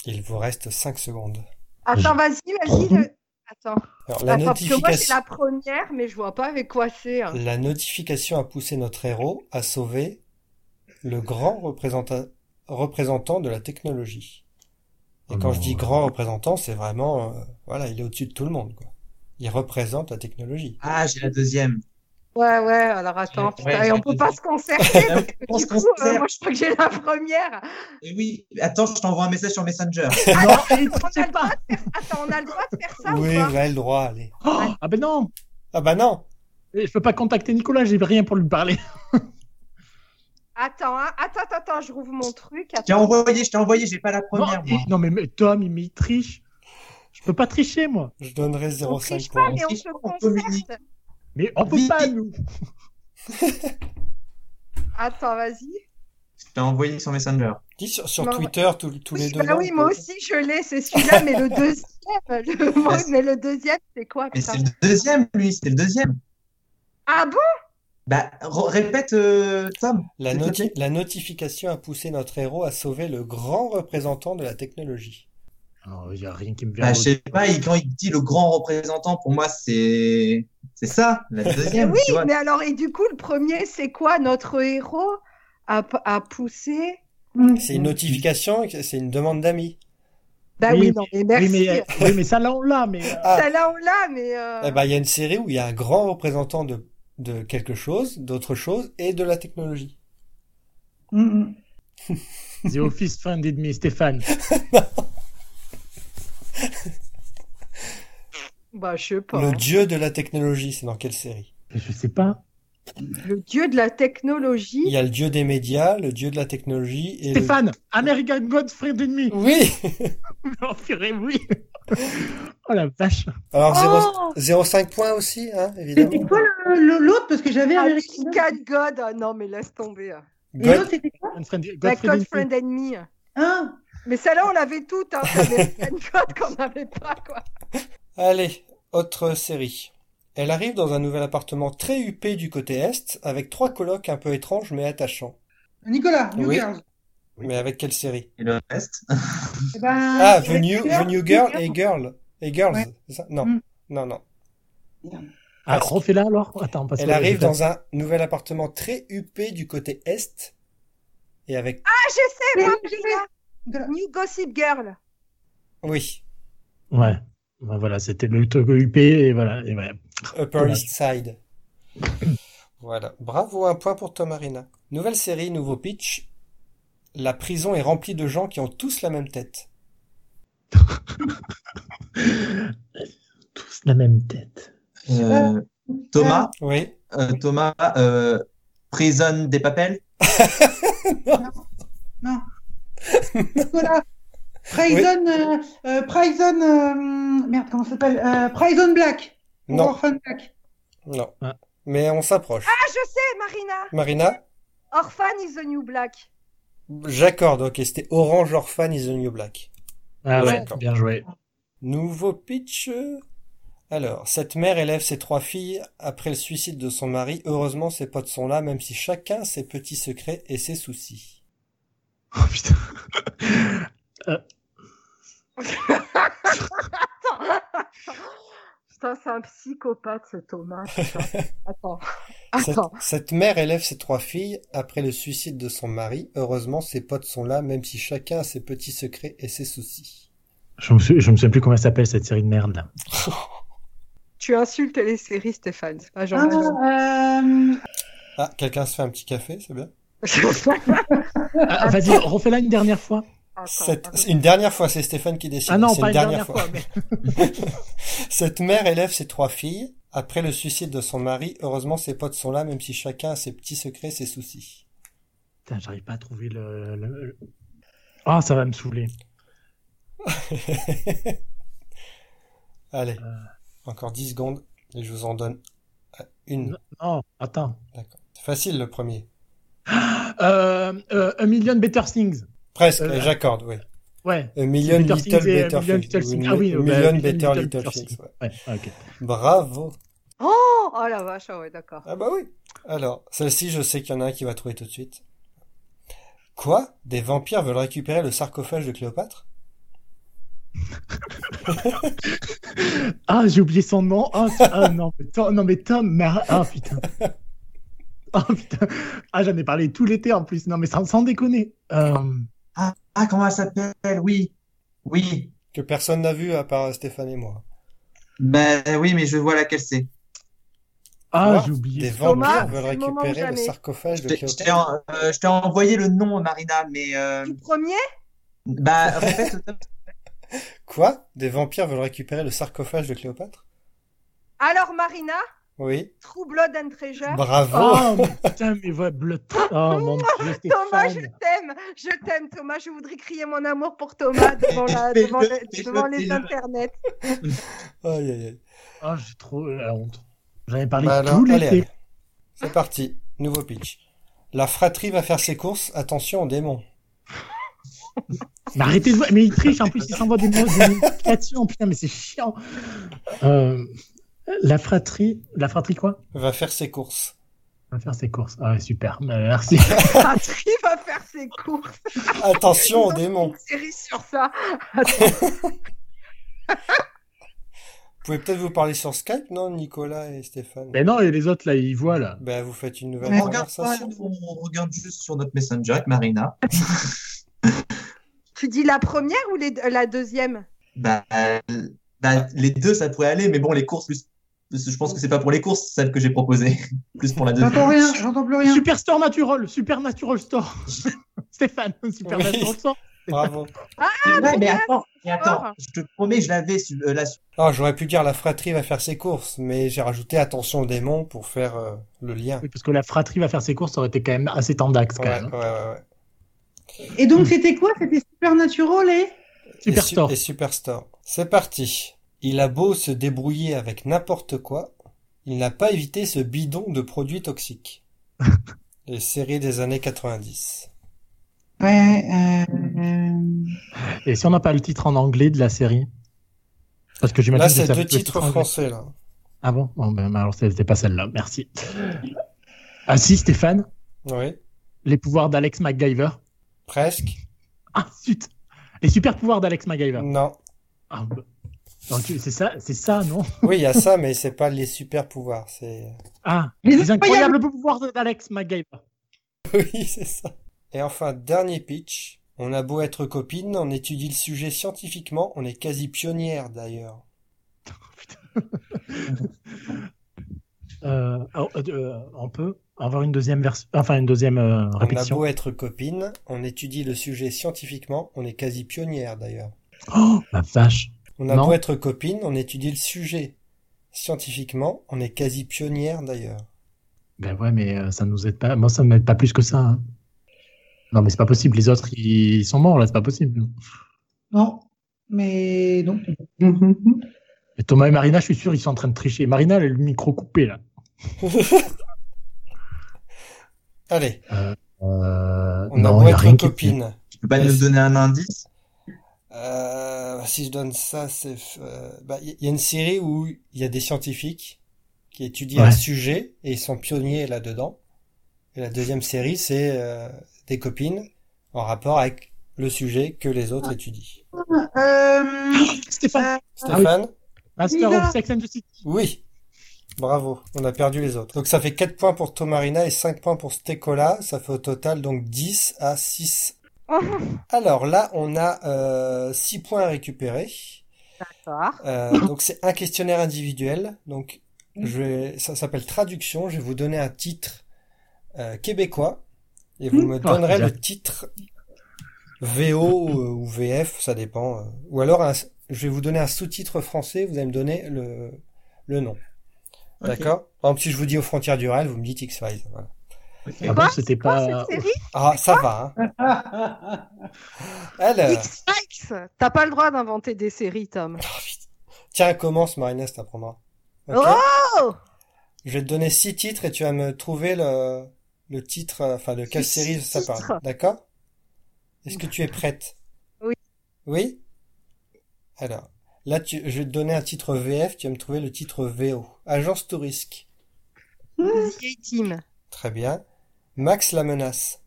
Speaker 1: Il vous reste 5 secondes.
Speaker 4: Attends, vas-y, vas-y. le- Attends.
Speaker 1: Alors, la
Speaker 4: Attends, Ah, parce que moi, c'est
Speaker 1: notification,
Speaker 4: la première, mais je vois pas avec quoi c'est. hein.
Speaker 1: la notification a poussé notre héros à sauver le grand représenta- représentant de la technologie. Et
Speaker 6: Oh
Speaker 1: quand
Speaker 6: non.
Speaker 1: je dis grand représentant, c'est vraiment, euh, voilà, il est au-dessus de tout le monde, quoi. Il représente la technologie.
Speaker 3: Ah, j'ai la deuxième.
Speaker 4: Ouais, ouais, alors attends.
Speaker 3: Ouais,
Speaker 4: Putain,
Speaker 3: ouais,
Speaker 4: et on
Speaker 3: j'ai
Speaker 4: peut
Speaker 3: dit.
Speaker 4: pas se concerter.
Speaker 3: Ah oui, on
Speaker 4: Du
Speaker 3: se
Speaker 4: coup,
Speaker 3: concerne.
Speaker 4: euh, moi, je crois que j'ai la première.
Speaker 3: Et Eh oui, attends, je t'envoie un message sur Messenger.
Speaker 6: Non, et tu
Speaker 4: On a
Speaker 6: sais
Speaker 4: le
Speaker 6: pas.
Speaker 4: Attends, on a le droit de faire ça
Speaker 1: oui,
Speaker 4: ou pas
Speaker 1: vous avez le droit, allez.
Speaker 6: Oh, ah ben non, Eh,
Speaker 1: Ah bah non!
Speaker 6: je peux pas contacter Nicolas, j'ai rien pour lui parler.
Speaker 4: Attends, hein, attends, attends, attends, je rouvre mon truc.
Speaker 3: Je t'ai
Speaker 4: Attends.
Speaker 3: envoyé, je t'ai envoyé, j'ai pas la
Speaker 6: Non,
Speaker 3: première.
Speaker 6: et-
Speaker 3: moi.
Speaker 6: non, mais, mais Tom, il, il triche. Je peux pas tricher moi.
Speaker 1: Je donnerai
Speaker 4: On
Speaker 1: 0,5
Speaker 4: triche pas,
Speaker 1: points.
Speaker 4: Ah, mais on
Speaker 3: triche
Speaker 4: se
Speaker 3: pas, on communique.
Speaker 4: concerte.
Speaker 6: Mais on peut
Speaker 3: Vite.
Speaker 6: pas nous.
Speaker 4: Attends, vas-y.
Speaker 3: Je t'ai envoyé sur Messenger.
Speaker 1: Dis sur, sur
Speaker 4: Non, ouais.
Speaker 1: Twitter tous, tous les deux.
Speaker 4: Bah
Speaker 1: noms,
Speaker 4: oui, moi
Speaker 1: quoi.
Speaker 4: aussi, je l'ai, c'est celui-là, mais le deuxième. le- moi, mais le deuxième, c'est quoi,
Speaker 3: Mais
Speaker 4: putain
Speaker 3: c'est le deuxième, lui, c'est le deuxième.
Speaker 4: Ah bon
Speaker 3: Bah, re- répète, euh, Tom.
Speaker 1: La,
Speaker 3: S'il te
Speaker 1: noti-
Speaker 3: plaît.
Speaker 1: la notification a poussé notre héros à sauver le grand représentant de la technologie.
Speaker 6: Non, il y a rien qui me vient.
Speaker 3: Bah,
Speaker 6: au-
Speaker 3: je sais pas, il- quand il dit le grand représentant, pour moi, c'est c'est ça, la deuxième.
Speaker 4: Oui,
Speaker 3: tu vois.
Speaker 4: mais alors, et du coup, le premier, c'est quoi Notre héros a, a poussé
Speaker 5: Hmm.
Speaker 1: C'est une notification, c'est une demande d'amis.
Speaker 4: Bah
Speaker 6: Oui,
Speaker 4: oui, non, mais merci.
Speaker 6: Oui mais, euh, oui, mais ça là on l'a, mais. euh,
Speaker 1: Ah.
Speaker 4: Celle-là, on l'a, mais... euh,
Speaker 1: Eh ben, il y a une série où il y a un grand représentant de, de quelque chose, d'autre chose et de la technologie.
Speaker 5: Hmm, hmm.
Speaker 6: The Office funded me, Stéphane.
Speaker 4: Bah, je sais pas. bah, hein.
Speaker 1: Le dieu de la technologie, c'est dans quelle série
Speaker 6: Je sais pas.
Speaker 4: Le dieu de la technologie.
Speaker 1: Il y a le dieu des médias, le dieu de la technologie et le-
Speaker 6: Stéphane, American Godfriend Enemy.
Speaker 1: Oui.
Speaker 6: Oh, purée, oui. oh la vache.
Speaker 1: Alors zéro-
Speaker 4: Oh
Speaker 1: 0,5 points aussi, hein,
Speaker 5: C'était
Speaker 1: évidemment.
Speaker 5: quoi le- le- l'autre Parce que j'avais
Speaker 4: Ah,
Speaker 5: American Gods.
Speaker 4: Cat God, ah non mais laisse tomber. hein.
Speaker 5: Et
Speaker 1: God,
Speaker 5: l'autre, c'était quoi
Speaker 6: Godfriend,
Speaker 4: La
Speaker 6: Godfriend
Speaker 4: God
Speaker 6: Enemy.
Speaker 4: Friend Enemy.
Speaker 5: Hein
Speaker 4: Mais celle-là on l'avait toutes, hein. c'est American God qu'on n'avait pas quoi.
Speaker 1: Allez, autre série. Elle arrive dans un nouvel appartement très huppé du côté est, avec trois colocs un peu étranges mais attachants.
Speaker 5: Nicolas, New
Speaker 1: Oui.
Speaker 5: Girls.
Speaker 3: Oui.
Speaker 1: Mais avec quelle série
Speaker 3: Et le reste
Speaker 5: Eh ben,
Speaker 1: Ah, The
Speaker 5: New
Speaker 1: New,
Speaker 5: Girl,
Speaker 1: The New Girl
Speaker 5: New
Speaker 1: et Girl. Et Girls,
Speaker 5: Ouais.
Speaker 1: c'est ça Non,
Speaker 5: Mm.
Speaker 1: non, non.
Speaker 6: Ah, refais-la alors. Attends, parce
Speaker 1: Elle
Speaker 6: que-
Speaker 1: arrive dans un nouvel appartement très huppé du côté est, et avec...
Speaker 4: Ah je sais, moi,
Speaker 5: Oui, je
Speaker 4: je
Speaker 5: sais.
Speaker 4: sais.
Speaker 5: Nicolas.
Speaker 4: New Gossip Girl.
Speaker 1: Oui,
Speaker 6: Ouais. Ouais, Voilà, c'était le truc UP et voilà. Et ouais.
Speaker 1: Upper East Side. Voilà. Bravo, un point pour Tom Arena. Nouvelle série, nouveau pitch. La prison est remplie de gens qui ont tous la même tête.
Speaker 6: Tous la même tête.
Speaker 3: Euh, Thomas,
Speaker 1: Oui.
Speaker 3: euh, Thomas, euh, Prison des Papels
Speaker 5: Nicolas. Prison, euh, euh, Prison, euh, merde, comment ça s'appelle euh, Prison Black. Ou
Speaker 1: Non,
Speaker 5: Orphan Black.
Speaker 1: non.
Speaker 6: Ah.
Speaker 1: Mais on s'approche.
Speaker 4: Ah je sais, Marina.
Speaker 1: Marina,
Speaker 4: Orphan is the New Black.
Speaker 1: j'accorde. Ok, c'était Orange Orphan is the New Black.
Speaker 6: Ah ouais,
Speaker 1: D'accord.
Speaker 6: bien joué.
Speaker 1: Nouveau pitch. Alors, cette mère élève ses trois filles après le suicide de son mari. Heureusement, ses potes sont là, même si chacun ses petits secrets et ses soucis.
Speaker 6: Oh putain.
Speaker 4: Putain, c'est un psychopathe ce Thomas. putain. Attends.
Speaker 1: Cette,
Speaker 4: Attends.
Speaker 1: cette mère élève ses trois filles après le suicide de son mari. Heureusement, ses potes sont là, même si chacun a ses petits secrets et ses soucis.
Speaker 6: Je me, sou- je me souviens plus comment elle s'appelle cette série de merde là.
Speaker 4: Tu insultes les séries, Stéphane. C'est pas
Speaker 5: Ah,
Speaker 4: gentil.
Speaker 5: euh,
Speaker 1: Ah, quelqu'un se fait un petit café, c'est bien.
Speaker 6: Ah, Vas-y, refais-la une dernière fois.
Speaker 4: Attends,
Speaker 1: Cette-
Speaker 4: attends.
Speaker 1: une dernière fois, c'est Stéphane qui décide.
Speaker 6: Ah non,
Speaker 1: c'est
Speaker 6: pas
Speaker 1: une dernière fois.
Speaker 6: mais-
Speaker 1: Cette mère élève ses trois filles. Après le suicide de son mari, heureusement ses potes sont là, même si chacun a ses petits secrets, ses soucis.
Speaker 6: Putain, j'arrive pas à trouver le. le- le- Ah, ça va me saouler.
Speaker 1: Allez,
Speaker 6: Euh.
Speaker 1: encore 10 secondes et je vous en donne euh, une.
Speaker 6: Non, attends.
Speaker 1: C'est facile le premier.
Speaker 6: Euh, euh, A Million Better Things.
Speaker 1: Presque,
Speaker 6: Euh,
Speaker 1: j'accorde, oui.
Speaker 6: Ouais.
Speaker 1: A million
Speaker 6: Better
Speaker 1: little
Speaker 6: Things et
Speaker 1: better
Speaker 6: A Million
Speaker 1: things.
Speaker 6: Little Things.
Speaker 1: Oui,
Speaker 6: Ah oui,
Speaker 1: a
Speaker 6: euh, bah,
Speaker 1: million
Speaker 6: A Million
Speaker 1: better
Speaker 6: Little
Speaker 1: little
Speaker 6: Things.
Speaker 1: things. ouais.
Speaker 6: Ouais, ok.
Speaker 1: Bravo.
Speaker 4: Oh, oh la vache, ah ouais, d'accord.
Speaker 1: Ah bah oui. Alors, celle-ci, je sais qu'il y en a un qui va trouver tout de suite. Quoi? Des vampires veulent récupérer le sarcophage de Cléopâtre?
Speaker 6: Ah, j'ai oublié son nom. Ah, c'est- ah, non, mais Tom, non, mais Tom, mais arr- ah putain. Ah putain. Ah, j'en ai parlé tout l'été en plus. Non, mais sans, sans déconner. Euh,
Speaker 3: ah, ah, comment elle s'appelle Oui, oui.
Speaker 1: Que personne n'a vu à part Stéphane et moi.
Speaker 3: Ben oui, mais je vois laquelle c'est.
Speaker 6: Ah,
Speaker 1: Quoi
Speaker 6: j'ai oublié.
Speaker 1: Des
Speaker 4: Thomas,
Speaker 1: vampires
Speaker 4: c'est
Speaker 1: veulent
Speaker 4: le moment ou
Speaker 1: récupérer le
Speaker 4: jamais.
Speaker 1: sarcophage
Speaker 3: Je
Speaker 1: de
Speaker 3: t'ai- je
Speaker 1: Cléopâtre.
Speaker 3: t'ai en- euh, je t'ai envoyé le nom, Marina, mais euh,
Speaker 4: Du premier
Speaker 3: bah répète.
Speaker 1: Quoi? Des vampires veulent récupérer le sarcophage de Cléopâtre?
Speaker 4: Alors, Marina,
Speaker 1: Oui.
Speaker 4: True Blood and Treasure.
Speaker 1: Bravo.
Speaker 6: Oh putain, mais voilà, bleu. Oh mon dieu,
Speaker 4: Thomas, je
Speaker 6: Stéphane.
Speaker 4: t'aime, je t'aime Thomas, je voudrais crier mon amour pour Thomas devant, la-
Speaker 3: Fais-le,
Speaker 4: devant les,
Speaker 3: fais-le,
Speaker 4: devant les
Speaker 3: fais-le.
Speaker 4: internets. Oh.
Speaker 1: Aïe, aïe, aïe.
Speaker 6: Ah, j'ai trop la honte. J'en ai parlé
Speaker 1: Bah alors,
Speaker 6: tout
Speaker 1: allez,
Speaker 6: l'été.
Speaker 1: allez. C'est parti. Nouveau pitch. La fratrie va faire ses courses. Attention aux démons.
Speaker 6: Mais arrêtez de voir. Mais il triche en plus, il s'envoie des mots des notifications. Putain, mais c'est chiant. Euh, la fratrie. La fratrie quoi
Speaker 1: Va faire ses courses.
Speaker 6: On va faire ses courses. Ah, ouais, super. Euh, Merci.
Speaker 4: Patrick va faire ses courses.
Speaker 1: Attention aux
Speaker 4: Ils ont
Speaker 1: démons.
Speaker 4: Une série sur ça.
Speaker 1: Vous pouvez peut-être vous parler sur Skype, non, Nicolas et Stéphane?
Speaker 6: Mais non, et les autres là, ils voient là.
Speaker 1: Ben, vous faites une nouvelle
Speaker 5: Ouais.
Speaker 3: On regarde pas,
Speaker 1: conversation.
Speaker 3: nous, on regarde juste sur notre Messenger avec Marina.
Speaker 4: Tu dis la première ou les- la deuxième
Speaker 3: Bah, euh, bah, les deux, ça pourrait aller, mais bon, les courses, plus- plus- je pense que c'est pas pour les courses, celle que j'ai proposée, plus pour la deuxième.
Speaker 5: J'entends rien, j'entends plus rien.
Speaker 6: Superstore Natural, Supernatural Store. Stéphane, Supernatural
Speaker 1: Oui.
Speaker 6: Store.
Speaker 1: Bravo.
Speaker 4: Ah,
Speaker 3: Ouais, mais
Speaker 4: bien.
Speaker 3: attends, mais attends,
Speaker 4: fort.
Speaker 3: je te promets, je l'avais, su- euh, la
Speaker 1: Alors, Ah, j'aurais pu dire la fratrie va faire ses courses, mais j'ai rajouté attention aux démons pour faire euh, le lien.
Speaker 6: Oui, parce que la fratrie va faire ses courses, ça aurait été quand même assez tendax quand
Speaker 1: Ouais,
Speaker 6: même.
Speaker 1: ouais,
Speaker 6: hein.
Speaker 1: ouais, ouais.
Speaker 5: Et donc, c'était quoi C'était Supernatural et
Speaker 1: Et
Speaker 6: Super
Speaker 1: su-
Speaker 6: store.
Speaker 1: Et Superstore. C'est parti. Il a beau se débrouiller avec n'importe quoi, il n'a pas évité ce bidon de produits toxiques. Les séries des années 90.
Speaker 5: Ouais. euh, euh,
Speaker 6: Et si on n'a pas le titre en anglais de la série Parce que j'imagine
Speaker 1: Là,
Speaker 6: que
Speaker 1: c'est
Speaker 6: ça-
Speaker 1: deux
Speaker 6: le titre
Speaker 1: titres
Speaker 6: anglais.
Speaker 1: français, là.
Speaker 6: Ah bon Bon, ben, Alors, c'était pas celle-là, merci. Ah si, Stéphane
Speaker 1: Oui.
Speaker 6: Les pouvoirs d'Alex MacGyver
Speaker 1: Presque.
Speaker 6: Ah zut Les super pouvoirs d'Alex MacGyver
Speaker 1: Non.
Speaker 6: Ah, bah. Donc, tu- C'est ça, c'est ça, non
Speaker 1: Oui, il y a ça, mais c'est pas les super pouvoirs. C'est.
Speaker 6: Ah,
Speaker 5: Les
Speaker 6: les,
Speaker 5: incroyables
Speaker 6: incroyables pouvoirs d'Alex MacGyver.
Speaker 1: Oui, c'est ça. Et enfin, dernier pitch. On a beau être copine, on étudie le sujet scientifiquement, on est quasi pionnière d'ailleurs.
Speaker 6: Euh, alors, euh, on peut avoir une deuxième version, enfin une deuxième euh,
Speaker 1: On a
Speaker 6: répétition.
Speaker 1: beau être copine, on étudie le sujet scientifiquement, on est quasi pionnière d'ailleurs.
Speaker 6: Oh la vache.
Speaker 1: On a
Speaker 6: Non.
Speaker 1: beau être copine, on étudie le sujet scientifiquement, on est quasi pionnière d'ailleurs.
Speaker 6: Ben ouais, mais euh, ça nous aide pas. Moi, ça m'aide pas plus que ça. hein. Non, mais c'est pas possible. Les autres, ils sont morts là. C'est pas possible.
Speaker 5: Non, mais non.
Speaker 6: Et Thomas et Marina, je suis sûr, ils sont en train de tricher. Marina, elle a le micro coupé là.
Speaker 1: Allez,
Speaker 6: Euh,
Speaker 1: on a
Speaker 6: non,
Speaker 1: beau
Speaker 6: il y a rien
Speaker 1: être
Speaker 6: qui est-
Speaker 1: copine.
Speaker 3: Tu peux pas nous donner un indice
Speaker 1: Euh, si je donne ça, c'est. euh, bah, Il y a une série où il y a des scientifiques qui étudient un
Speaker 6: Ouais.
Speaker 1: sujet et ils sont pionniers là-dedans. Et la deuxième série, c'est euh, des copines en rapport avec le sujet que les autres étudient.
Speaker 5: Euh,
Speaker 6: Stéphane,
Speaker 1: Stéphane
Speaker 6: Master
Speaker 5: Lila.
Speaker 6: of Sex and the City.
Speaker 1: Oui. Bravo, on a perdu les autres. Donc ça fait 4 points pour Tomarina et 5 points pour Stekola. Ça fait au total donc 10 à 6. Alors là, on a euh, 6 points à récupérer.
Speaker 4: D'accord.
Speaker 1: Euh, donc c'est un questionnaire individuel. Donc je vais, ça s'appelle traduction. Je vais vous donner un titre euh, québécois et vous me
Speaker 6: Ah,
Speaker 1: donnerez
Speaker 6: bien.
Speaker 1: le titre VO euh, ou VF, ça dépend. euh. Ou alors un- je vais vous donner un sous-titre français. Vous allez me donner le le nom. D'accord. Par exemple, si je vous dis aux frontières du Rhône, vous me dites X-Files. voilà.
Speaker 3: Ok.
Speaker 6: Ah
Speaker 3: Ok.
Speaker 6: bon,
Speaker 4: Quoi
Speaker 6: c'était
Speaker 5: Bah,
Speaker 4: Quoi,
Speaker 6: pas.
Speaker 4: Oh, cette série
Speaker 1: Ah, ça va. Hein. euh,
Speaker 5: euh,
Speaker 1: Alors,
Speaker 4: X-Files T'as pas le droit d'inventer des séries, Tom.
Speaker 1: tiens, commence, Marina, ça t'apprendra. Ok
Speaker 4: Oh
Speaker 1: Je vais te donner six titres et tu vas me trouver le, le titre, euh, enfin de quelle
Speaker 4: Six
Speaker 1: série ça
Speaker 4: titres.
Speaker 1: parle. D'accord? Est-ce que tu es prête?
Speaker 4: Oui.
Speaker 1: Oui? Alors, là, tu, je vais te donner un titre VF, tu vas me trouver le titre VO. Agence Tourisque.
Speaker 4: The A-Team.
Speaker 1: Très bien. Max la menace.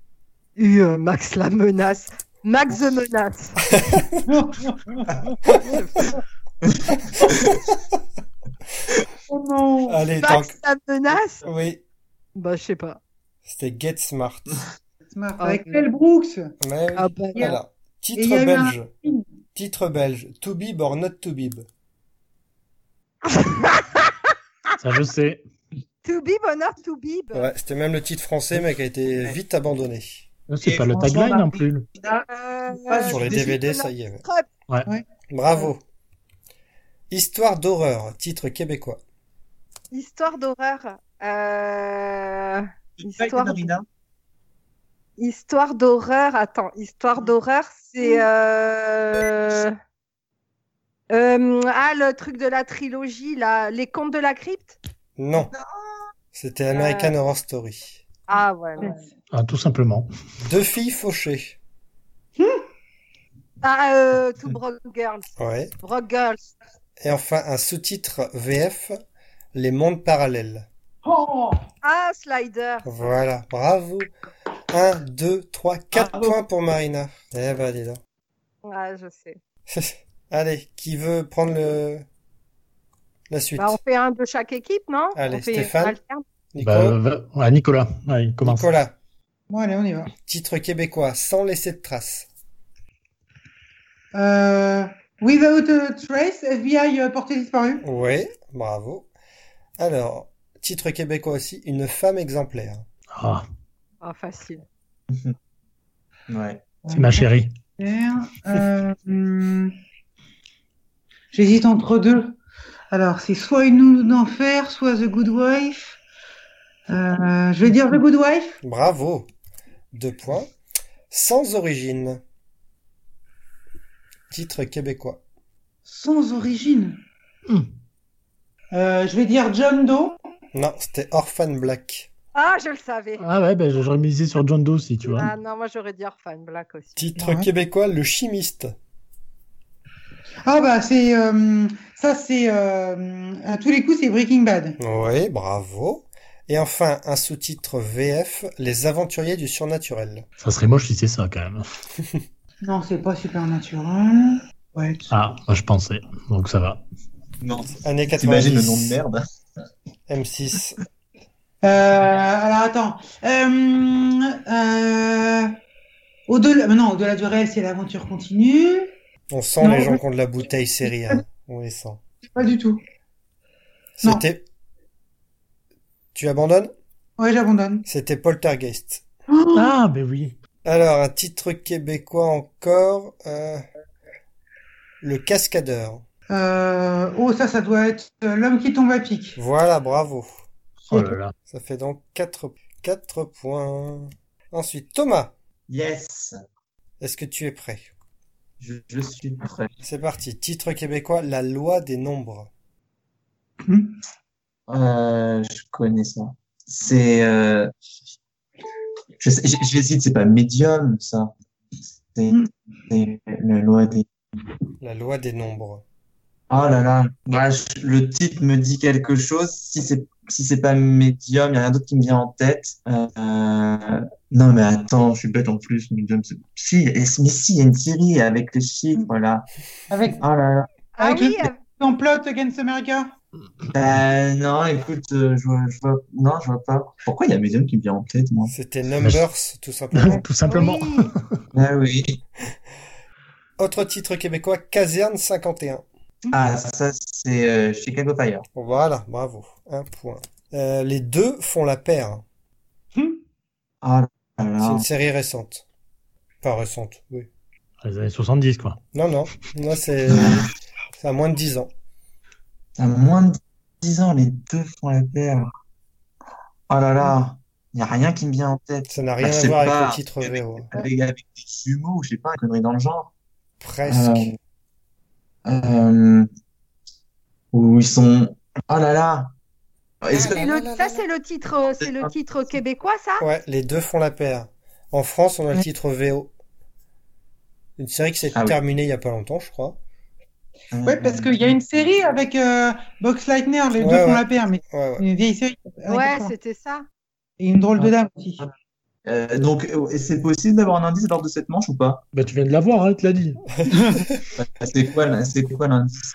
Speaker 4: Euh, Max la menace. Max the menace.
Speaker 5: oh non.
Speaker 1: Allez, tant
Speaker 4: Max la menace
Speaker 1: que- Oui,
Speaker 4: Bah, je sais pas.
Speaker 1: c'était Get Smart.
Speaker 5: Smart.
Speaker 4: Ah,
Speaker 5: Avec
Speaker 4: ok.
Speaker 5: Mel Brooks.
Speaker 1: Mais
Speaker 5: Euh,
Speaker 1: oui.
Speaker 4: Ah bah,
Speaker 5: Yeah.
Speaker 1: Alors,
Speaker 5: Et
Speaker 1: titre
Speaker 5: il y a eu
Speaker 1: belge.
Speaker 5: film.
Speaker 1: Titre belge. To Bib or not to Bib.
Speaker 6: Ça, je sais.
Speaker 4: to be bonheur, to be. bah,
Speaker 1: Ouais, c'était même le titre français, mais qui a été vite abandonné.
Speaker 6: Ah, C'est
Speaker 3: Et
Speaker 6: pas le
Speaker 3: franchement,
Speaker 6: tagline non
Speaker 3: Marie-
Speaker 6: plus.
Speaker 4: Euh,
Speaker 3: Pas
Speaker 1: Sur
Speaker 3: sur
Speaker 1: les
Speaker 3: des-
Speaker 1: DVD, ça y est. ouais.
Speaker 4: Crop.
Speaker 1: Bravo. Histoire d'horreur, titre québécois.
Speaker 4: Histoire d'horreur. Euh,
Speaker 3: Tu peux pas aider
Speaker 4: Histoire.
Speaker 3: Marina
Speaker 4: Histoire d'horreur. Attends, histoire d'horreur, c'est. Euh... euh, ah, le truc de la trilogie, là. Les contes de la crypte
Speaker 1: Non. C'était American Horror Story.
Speaker 4: Ah, ouais. ouais.
Speaker 6: Ah, tout simplement.
Speaker 1: Deux filles fauchées.
Speaker 4: Ah, euh, To Broke Girls.
Speaker 1: Ouais.
Speaker 4: Broke Girls.
Speaker 1: Et enfin, un sous-titre VF, Les mondes parallèles.
Speaker 5: Oh
Speaker 4: Ah, Slider.
Speaker 1: Voilà. Bravo. 1, 2, 3, 4 points pour Marina. Eh ben, dis donc.
Speaker 4: Ouais, Ah, je sais.
Speaker 1: Allez, qui veut prendre le... la suite
Speaker 4: Bah, on fait un de chaque équipe, non
Speaker 1: Allez,
Speaker 4: on fait
Speaker 1: Stéphane.
Speaker 4: on alterne.
Speaker 1: Nico
Speaker 6: Bah, va- ouais, Nicolas, allez, commence.
Speaker 1: Nicolas,
Speaker 5: Bon, allez, on y va.
Speaker 1: titre québécois, sans laisser de traces.
Speaker 5: Euh, Without a Trace, FBI euh, porté disparu.
Speaker 1: Ouais, bravo. Alors, titre québécois aussi, une femme exemplaire.
Speaker 6: Ah,
Speaker 4: Ah, facile.
Speaker 3: Ouais.
Speaker 6: c'est ma chérie.
Speaker 5: Euh, hum, J'hésite entre deux. Alors, c'est soit une nounou d'enfer, soit The Good Wife. Euh, je vais dire The Good Wife.
Speaker 1: Bravo. Deux points. Sans origine. Titre québécois.
Speaker 5: Sans origine.
Speaker 6: Hum.
Speaker 5: Euh, je vais dire John Doe.
Speaker 1: Non, c'était Orphan Black.
Speaker 4: Ah, je le savais.
Speaker 6: Ah ouais, ben, j'aurais misé sur John Doe aussi, tu vois.
Speaker 4: Ah non, moi j'aurais dit Orphan Black aussi.
Speaker 1: Titre
Speaker 6: Ouais.
Speaker 1: québécois, Le Chimiste.
Speaker 5: Ah bah c'est euh, ça c'est euh, à tous les coups c'est Breaking Bad.
Speaker 1: Oui, bravo. Et enfin, un sous-titre VF, Les aventuriers du surnaturel.
Speaker 6: Ça serait moche si c'est ça, quand même.
Speaker 5: Non, c'est pas super naturel. Ouais.
Speaker 6: Ah, moi, je pensais. Donc, ça va.
Speaker 3: Non,
Speaker 1: Année 90.
Speaker 3: t'imagines le nom de merde.
Speaker 1: M6.
Speaker 5: Euh, alors attends. Euh, euh, au-delà, mais non, au-delà du réel, c'est l'aventure continue.
Speaker 1: On sent
Speaker 5: Non,
Speaker 1: les gens
Speaker 5: je-
Speaker 1: qui ont de la bouteille série. hein. On les sent.
Speaker 5: Pas du tout. Non.
Speaker 1: C'était. Tu abandonnes
Speaker 5: Ouais, j'abandonne.
Speaker 1: C'était Poltergeist.
Speaker 6: Ah, ben oui.
Speaker 1: Alors, un titre québécois encore. euh, Le Cascadeur.
Speaker 5: Euh, oh, ça, ça doit être euh, l'homme qui tombe à pic.
Speaker 1: Voilà, bravo.
Speaker 6: Oh là là.
Speaker 1: Ça fait donc 4, points. Ensuite, Thomas,
Speaker 3: Yes,
Speaker 1: est-ce que tu es prêt
Speaker 3: je, je suis prêt.
Speaker 1: C'est parti. Titre québécois, La loi des nombres.
Speaker 3: Euh, je connais ça. C'est. euh, Je sais- j- J'hésite, c'est pas médium, ça. C'est
Speaker 5: Mm.
Speaker 3: c'est le loi des.
Speaker 1: La loi des nombres.
Speaker 3: Oh là là. Bah, je- le titre me dit quelque chose. Si c'est si c'est pas médium, il y a rien d'autre qui me vient en tête. Euh, euh, Non, mais attends, je suis bête en plus. Medium, c'est- si, mais si, il y a une série avec les chiffres là.
Speaker 5: Avec,
Speaker 3: Oh là là.
Speaker 4: Ah
Speaker 5: avec
Speaker 4: oui,
Speaker 5: le
Speaker 4: euh,
Speaker 5: en plot against America.
Speaker 3: Bah, non, écoute, euh, je vois, je vois, non, je vois pas. Pourquoi il y a médium qui me vient en tête, moi?
Speaker 1: C'était Numbers, tout simplement.
Speaker 6: Tout simplement.
Speaker 4: oui.
Speaker 3: Ah oui.
Speaker 1: Autre titre québécois, Caserne 51.
Speaker 3: Ah, ça, c'est euh, Chicago Fire.
Speaker 1: Voilà, bravo. Un point. Euh, les deux font la paire.
Speaker 3: Ah là
Speaker 1: C'est
Speaker 3: là.
Speaker 1: une série récente. Pas récente, oui.
Speaker 6: Ah, Les années 70, quoi.
Speaker 1: Non, non. Moi, c'est c'est à moins de 10 ans.
Speaker 3: À moins de 10 ans, les deux font la paire. Oh là là. Il n'y a rien qui me vient en tête.
Speaker 1: Ça n'a
Speaker 3: Bah,
Speaker 1: rien
Speaker 3: je
Speaker 1: à
Speaker 3: sais
Speaker 1: voir avec
Speaker 3: pas.
Speaker 1: le titre VO.
Speaker 3: Avec, avec des jumeaux, je sais pas, une connerie dans le genre. Ah,
Speaker 1: Presque.
Speaker 3: Euh, où ils sont. Oh là là. Est-ce que-
Speaker 4: C'est le- ça, c'est le titre, euh, c'est le titre québécois, ça?
Speaker 1: Ouais, les deux font la paire. En France, on a le titre VO. Une série qui s'est
Speaker 3: Ah oui.
Speaker 1: terminée il y a pas longtemps, je crois.
Speaker 5: Ouais, parce qu'il y a une série avec euh, Box Lightner, les
Speaker 1: Ouais,
Speaker 5: deux font
Speaker 1: ouais.
Speaker 5: la paire, mais
Speaker 1: Ouais, ouais.
Speaker 5: une vieille série.
Speaker 4: Ouais, c'était ça.
Speaker 5: Et une drôle de dame aussi.
Speaker 3: Euh, donc, euh, c'est possible d'avoir un indice lors de cette manche ou pas?
Speaker 6: Bah, tu viens de l'avoir, hein, tu l'as dit.
Speaker 3: C'est quoi, là- c'est quoi l'indice?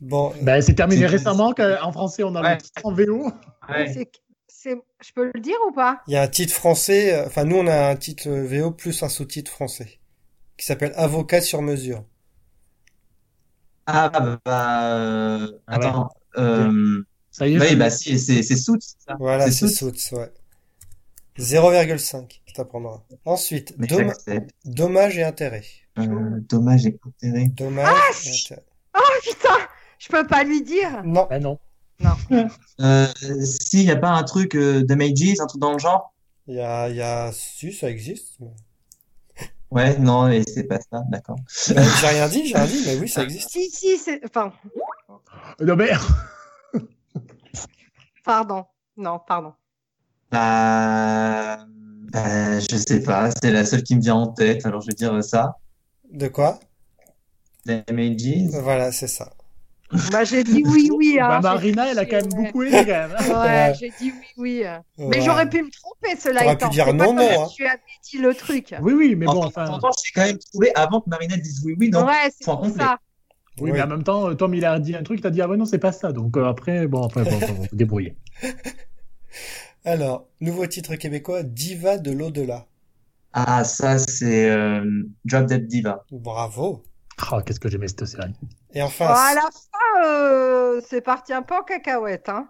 Speaker 1: Bon,
Speaker 6: Bah, c'est terminé
Speaker 3: C'est-
Speaker 6: récemment qu'en français, on a
Speaker 3: Ouais.
Speaker 6: le titre en vélo.
Speaker 4: C'est, c'est- je peux le dire ou pas?
Speaker 1: il y a un titre français, euh, enfin nous on a un titre euh, VO plus un sous-titre français, qui s'appelle Avocat sur mesure.
Speaker 3: Ah bah, euh,
Speaker 6: Ah ouais.
Speaker 3: attends, euh,
Speaker 6: Ça y est.
Speaker 3: oui,
Speaker 6: je-
Speaker 3: bah si, c'est c'est Suits, ça.
Speaker 1: Voilà,
Speaker 3: C'est
Speaker 1: c'est Suits, ouais. 0,5, je t'apprendras. Ensuite,
Speaker 3: Mais
Speaker 1: dom-
Speaker 3: j'accepte.
Speaker 1: dommages et intérêts.
Speaker 3: Euh, dommage et contéré.
Speaker 1: Dommages et
Speaker 4: si.
Speaker 1: intérêts.
Speaker 4: Ah, putain! Je peux pas lui dire.
Speaker 1: Non,
Speaker 6: Bah, non.
Speaker 3: Euh, si, y a pas un truc euh, de Meiji, c'est un truc dans le genre?
Speaker 1: il y a, il y a... Si, ça existe. mais-
Speaker 3: Ouais, non, et c'est pas ça, d'accord.
Speaker 1: Bah, j'ai rien dit, j'ai rien dit, mais oui,
Speaker 3: Bah,
Speaker 1: ça existe.
Speaker 4: Si, si, c'est, enfin,
Speaker 6: Non, mais.
Speaker 4: pardon. Non, pardon.
Speaker 3: Bah, bah, je sais pas, c'est la seule qui me vient en tête, alors je vais dire ça.
Speaker 1: De quoi?
Speaker 3: Les Meiji.
Speaker 1: Voilà, c'est ça.
Speaker 4: Bah, j'ai dit oui, oui, hein.
Speaker 6: Bah,
Speaker 4: J'ai
Speaker 6: Marina, elle a
Speaker 4: triché,
Speaker 6: quand même
Speaker 4: ouais.
Speaker 6: beaucoup aidé, quand même.
Speaker 4: Ouais, j'ai dit oui, oui. euh. Mais
Speaker 1: Voilà.
Speaker 4: j'aurais pu me tromper, cela
Speaker 1: T'aurais pu
Speaker 4: étant.
Speaker 1: dire
Speaker 4: C'est pas
Speaker 1: non,
Speaker 4: comme
Speaker 1: non, hein.
Speaker 4: si Tu avais dit le truc.
Speaker 6: Oui, oui, mais
Speaker 3: En-
Speaker 6: bon,
Speaker 3: en
Speaker 6: enfin.
Speaker 3: attendant, j'ai quand même trouvé avant que Marina dise oui, oui, non.
Speaker 4: ouais, c'est
Speaker 3: point
Speaker 4: pour
Speaker 3: complet.
Speaker 1: Ah,
Speaker 4: ça.
Speaker 1: Oui.
Speaker 6: Oui,
Speaker 3: bah,
Speaker 6: mais en même temps, Tom, il a dit un truc, t'as dit, ah ouais, non, c'est pas ça. Donc, euh, après, bon, après, bon, bon, bon, débrouillez.
Speaker 1: Alors, nouveau titre québécois, Diva de l'au-delà.
Speaker 3: Ah, ça, c'est euh, Drop Dead Diva.
Speaker 1: Bravo.
Speaker 6: Oh, qu'est-ce que j'aimais cette série.
Speaker 1: Et enfin,
Speaker 4: Voilà, à la fin, euh, c'est parti un peu en cacahuète. Hein.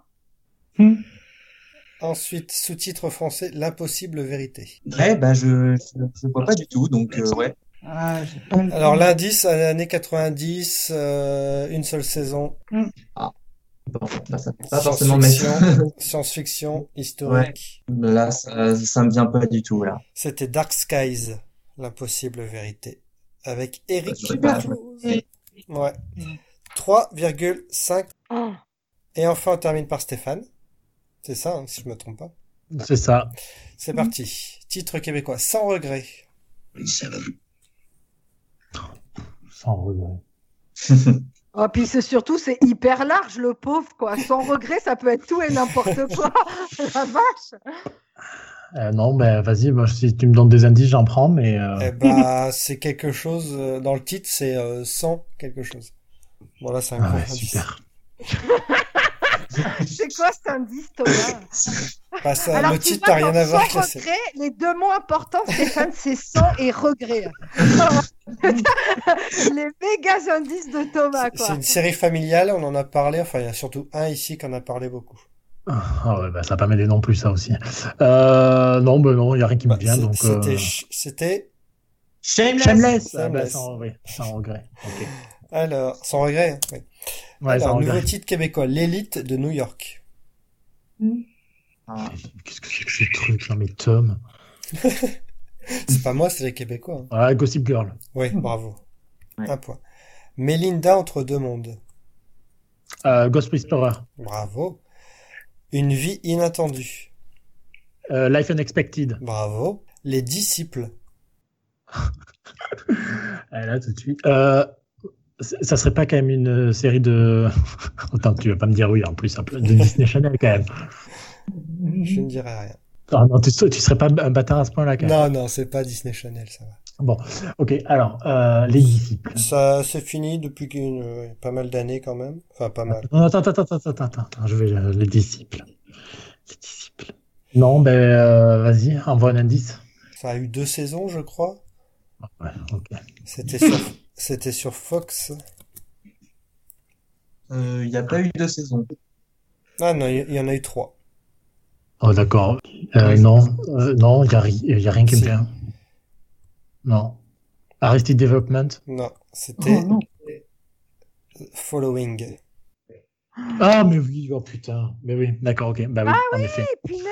Speaker 1: ensuite, sous-titre français, L'impossible vérité.
Speaker 3: Ouais, bah, je, je, je vois pas du tout, donc, euh, ouais.
Speaker 5: Ah, j'ai pas le-
Speaker 1: Alors l'indice, à l'année 90, euh, une seule saison,
Speaker 3: Bon, là, ça fait pas forcément mais
Speaker 1: Science-fiction. science-fiction historique.
Speaker 3: Là, ça, ça me vient pas du tout, là.
Speaker 1: C'était Dark Skies, l'impossible vérité, avec Eric
Speaker 6: Ah,
Speaker 3: Je sais pas,
Speaker 1: Bartholdi. Ouais. 3,5.
Speaker 4: Oh.
Speaker 1: Et enfin, on termine par Stéphane. C'est ça, hein, si je me trompe pas.
Speaker 6: C'est ça.
Speaker 4: Mhm.
Speaker 1: C'est parti. Titre québécois, sans regret.
Speaker 6: Sans regret.
Speaker 4: Oh, puis c'est surtout, c'est hyper large, le pauvre, quoi. Sans regret, ça peut être tout et n'importe quoi. La vache.
Speaker 6: Euh, non, ben vas-y, moi, si tu me donnes des indices, j'en prends, mais euh,
Speaker 1: Eh ben, c'est quelque chose, euh, dans le titre, c'est euh, sans quelque chose. Bon, là, c'est un
Speaker 6: ah
Speaker 1: gros
Speaker 6: ouais,
Speaker 1: indice.
Speaker 6: super.
Speaker 4: C'est quoi cet indice, Thomas
Speaker 1: Bah, ça,
Speaker 4: Alors,
Speaker 1: le
Speaker 4: tu
Speaker 1: titre
Speaker 4: vois,
Speaker 1: n'a rien
Speaker 4: dans
Speaker 1: à voir avec
Speaker 4: sans
Speaker 1: la série.
Speaker 4: regret, les deux mots importants, Stéphane, c'est sang et regret. les méga indices de Thomas,
Speaker 1: C'est c'est
Speaker 4: bah, quoi.
Speaker 1: une série familiale, on en a parlé, enfin il y a surtout un ici qu'on a parlé beaucoup.
Speaker 6: Ah ouais, ben, ça va pas m'aider non plus, ça aussi. Euh, non, ben non, il n'y a rien qui me
Speaker 1: Bah,
Speaker 6: vient,
Speaker 1: c'est-
Speaker 6: donc. euh,
Speaker 1: C'était... ch- c'était-
Speaker 3: Shameless!
Speaker 6: Shameless! Ah, ben,
Speaker 1: Shameless.
Speaker 6: sans regret. Sans regret. Ok.
Speaker 1: Alors, sans regret. hein, oui.
Speaker 6: Ouais,
Speaker 1: Alors,
Speaker 6: sans
Speaker 1: nouveau
Speaker 6: regret.
Speaker 1: titre québécois, L'élite de New York.
Speaker 3: Ah,
Speaker 6: Qu'est-ce que c'est que ce truc là, mais Tom?
Speaker 1: C'est pas moi, c'est les Québécois. hein.
Speaker 6: Ah, Gossip Girl.
Speaker 1: Oui, bravo.
Speaker 3: Ouais.
Speaker 1: Un point. Mélinda entre deux mondes.
Speaker 6: Euh, Ghost Whisperer.
Speaker 1: Bravo. Une vie inattendue.
Speaker 6: Euh, Life Unexpected.
Speaker 1: Bravo. Les disciples.
Speaker 6: Ah, là, tout de suite. Euh, c- ça serait pas quand même une euh, série de. Attends, tu vas pas me dire oui en plus, un peu de Disney Channel quand même. Hmm.
Speaker 1: Je ne dirai rien.
Speaker 6: Ah non, tu, tu serais pas un bâtard à ce point-là quand même.
Speaker 1: Non, non, c'est pas Disney Channel, ça va.
Speaker 6: Ok, alors, euh, les disciples.
Speaker 1: Ça, c'est fini depuis qu'une- euh, pas mal d'années quand même. Enfin, pas mal.
Speaker 6: Non, attends, attends, attends, attends, attends, attends, je vais. euh, les disciples. Les disciples. Non, ben, euh, vas-y, envoie un indice.
Speaker 1: Ça a eu deux saisons, je crois.
Speaker 6: Ouais, ok.
Speaker 1: C'était sur, c'était sur Fox.
Speaker 3: Euh, Il n'y a pas eu de saison.
Speaker 1: Ah non, il y en a eu trois.
Speaker 6: Oh, d'accord. Euh, non, euh, non, il n'y a, rien qui me
Speaker 1: Si.
Speaker 6: vient. Non. Arrested Development.
Speaker 1: Non, c'était
Speaker 5: Oh, non.
Speaker 1: Following.
Speaker 6: Ah, mais oui, oh putain. Mais oui, d'accord, ok. Bah oui, en effet.
Speaker 4: Eh, punaise.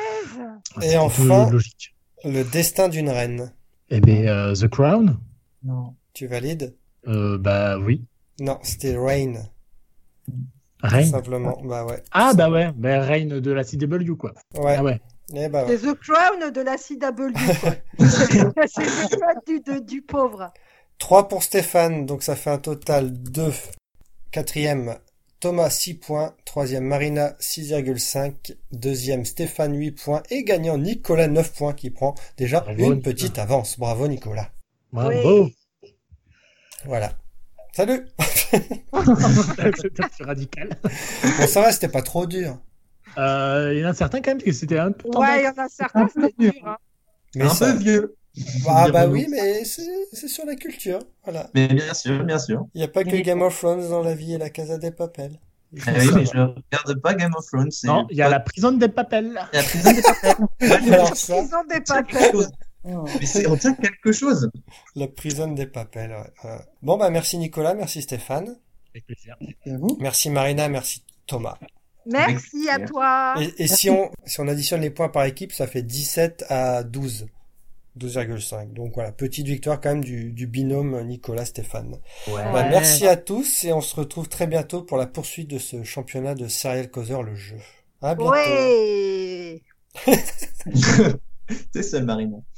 Speaker 1: Et
Speaker 6: C'était tout
Speaker 1: enfin-
Speaker 6: logique.
Speaker 1: Le destin d'une reine.
Speaker 6: Eh bien, euh, The Crown
Speaker 3: Non.
Speaker 1: Tu valides?
Speaker 6: euh, Bah oui.
Speaker 1: Non, c'était Rain,
Speaker 6: Reign.
Speaker 1: simplement. Bah ouais.
Speaker 6: Ah, bah ouais. Bah, Reign de la CW, quoi.
Speaker 1: Ouais.
Speaker 6: Ah ouais.
Speaker 1: Eh bah ouais.
Speaker 4: C'est The Crown de la CW, quoi. c'est le code du, de- du pauvre.
Speaker 1: Trois pour Stéphane, donc ça fait un total de quatrième. Thomas 6 points, troisième Marina 6,5, deuxième Stéphane 8 points et gagnant Nicolas 9 points qui prend déjà
Speaker 6: Bravo,
Speaker 1: une
Speaker 6: Nicolas.
Speaker 1: petite avance. Bravo Nicolas.
Speaker 6: Bravo.
Speaker 1: Voilà. Salut.
Speaker 6: C'était un peu radical.
Speaker 1: Bon ça va, c'était pas trop dur.
Speaker 6: Euh, il y en a certains quand même, parce que c'était un peu
Speaker 4: Ouais, il y en a certains, c'était dur. hein.
Speaker 1: Mais
Speaker 3: un
Speaker 1: ça-
Speaker 3: peu vieux.
Speaker 1: Ah bah
Speaker 3: Bien
Speaker 1: oui, mais c'est c'est sur la culture. Voilà.
Speaker 3: Mais bien sûr, bien sûr.
Speaker 1: Il n'y a pas que Game of Thrones dans la vie et la Casa des Papel. Il faut
Speaker 3: Eh oui,
Speaker 1: savoir.
Speaker 3: mais je regarde pas Game of Thrones. c'est-
Speaker 6: Non, il y a la prison de Dead Papel.
Speaker 3: Il y a la prison des papels.
Speaker 1: Alors ça,
Speaker 4: Ils ont des
Speaker 3: Quelque
Speaker 4: papiers.
Speaker 3: chose.
Speaker 5: Oh,
Speaker 3: Mais c'est- on tient quelque chose.
Speaker 1: la prison des Papel. ouais. Ouais. Bon bah merci Nicolas, merci Stéphane,
Speaker 6: Avec plaisir.
Speaker 2: Et à vous
Speaker 1: merci Marina, merci Thomas.
Speaker 4: Merci à toi.
Speaker 1: Et, et si on si on additionne les points par équipe, ça fait 17 à 12. 12,5. Donc voilà, petite victoire quand même du, du binôme Nicolas-Stéphane.
Speaker 6: Ouais.
Speaker 1: Bah, merci à tous et on se retrouve très bientôt pour la poursuite de ce championnat de Serial Causeur le jeu. À bientôt.
Speaker 4: Ouais.
Speaker 3: T'es seul, Marina.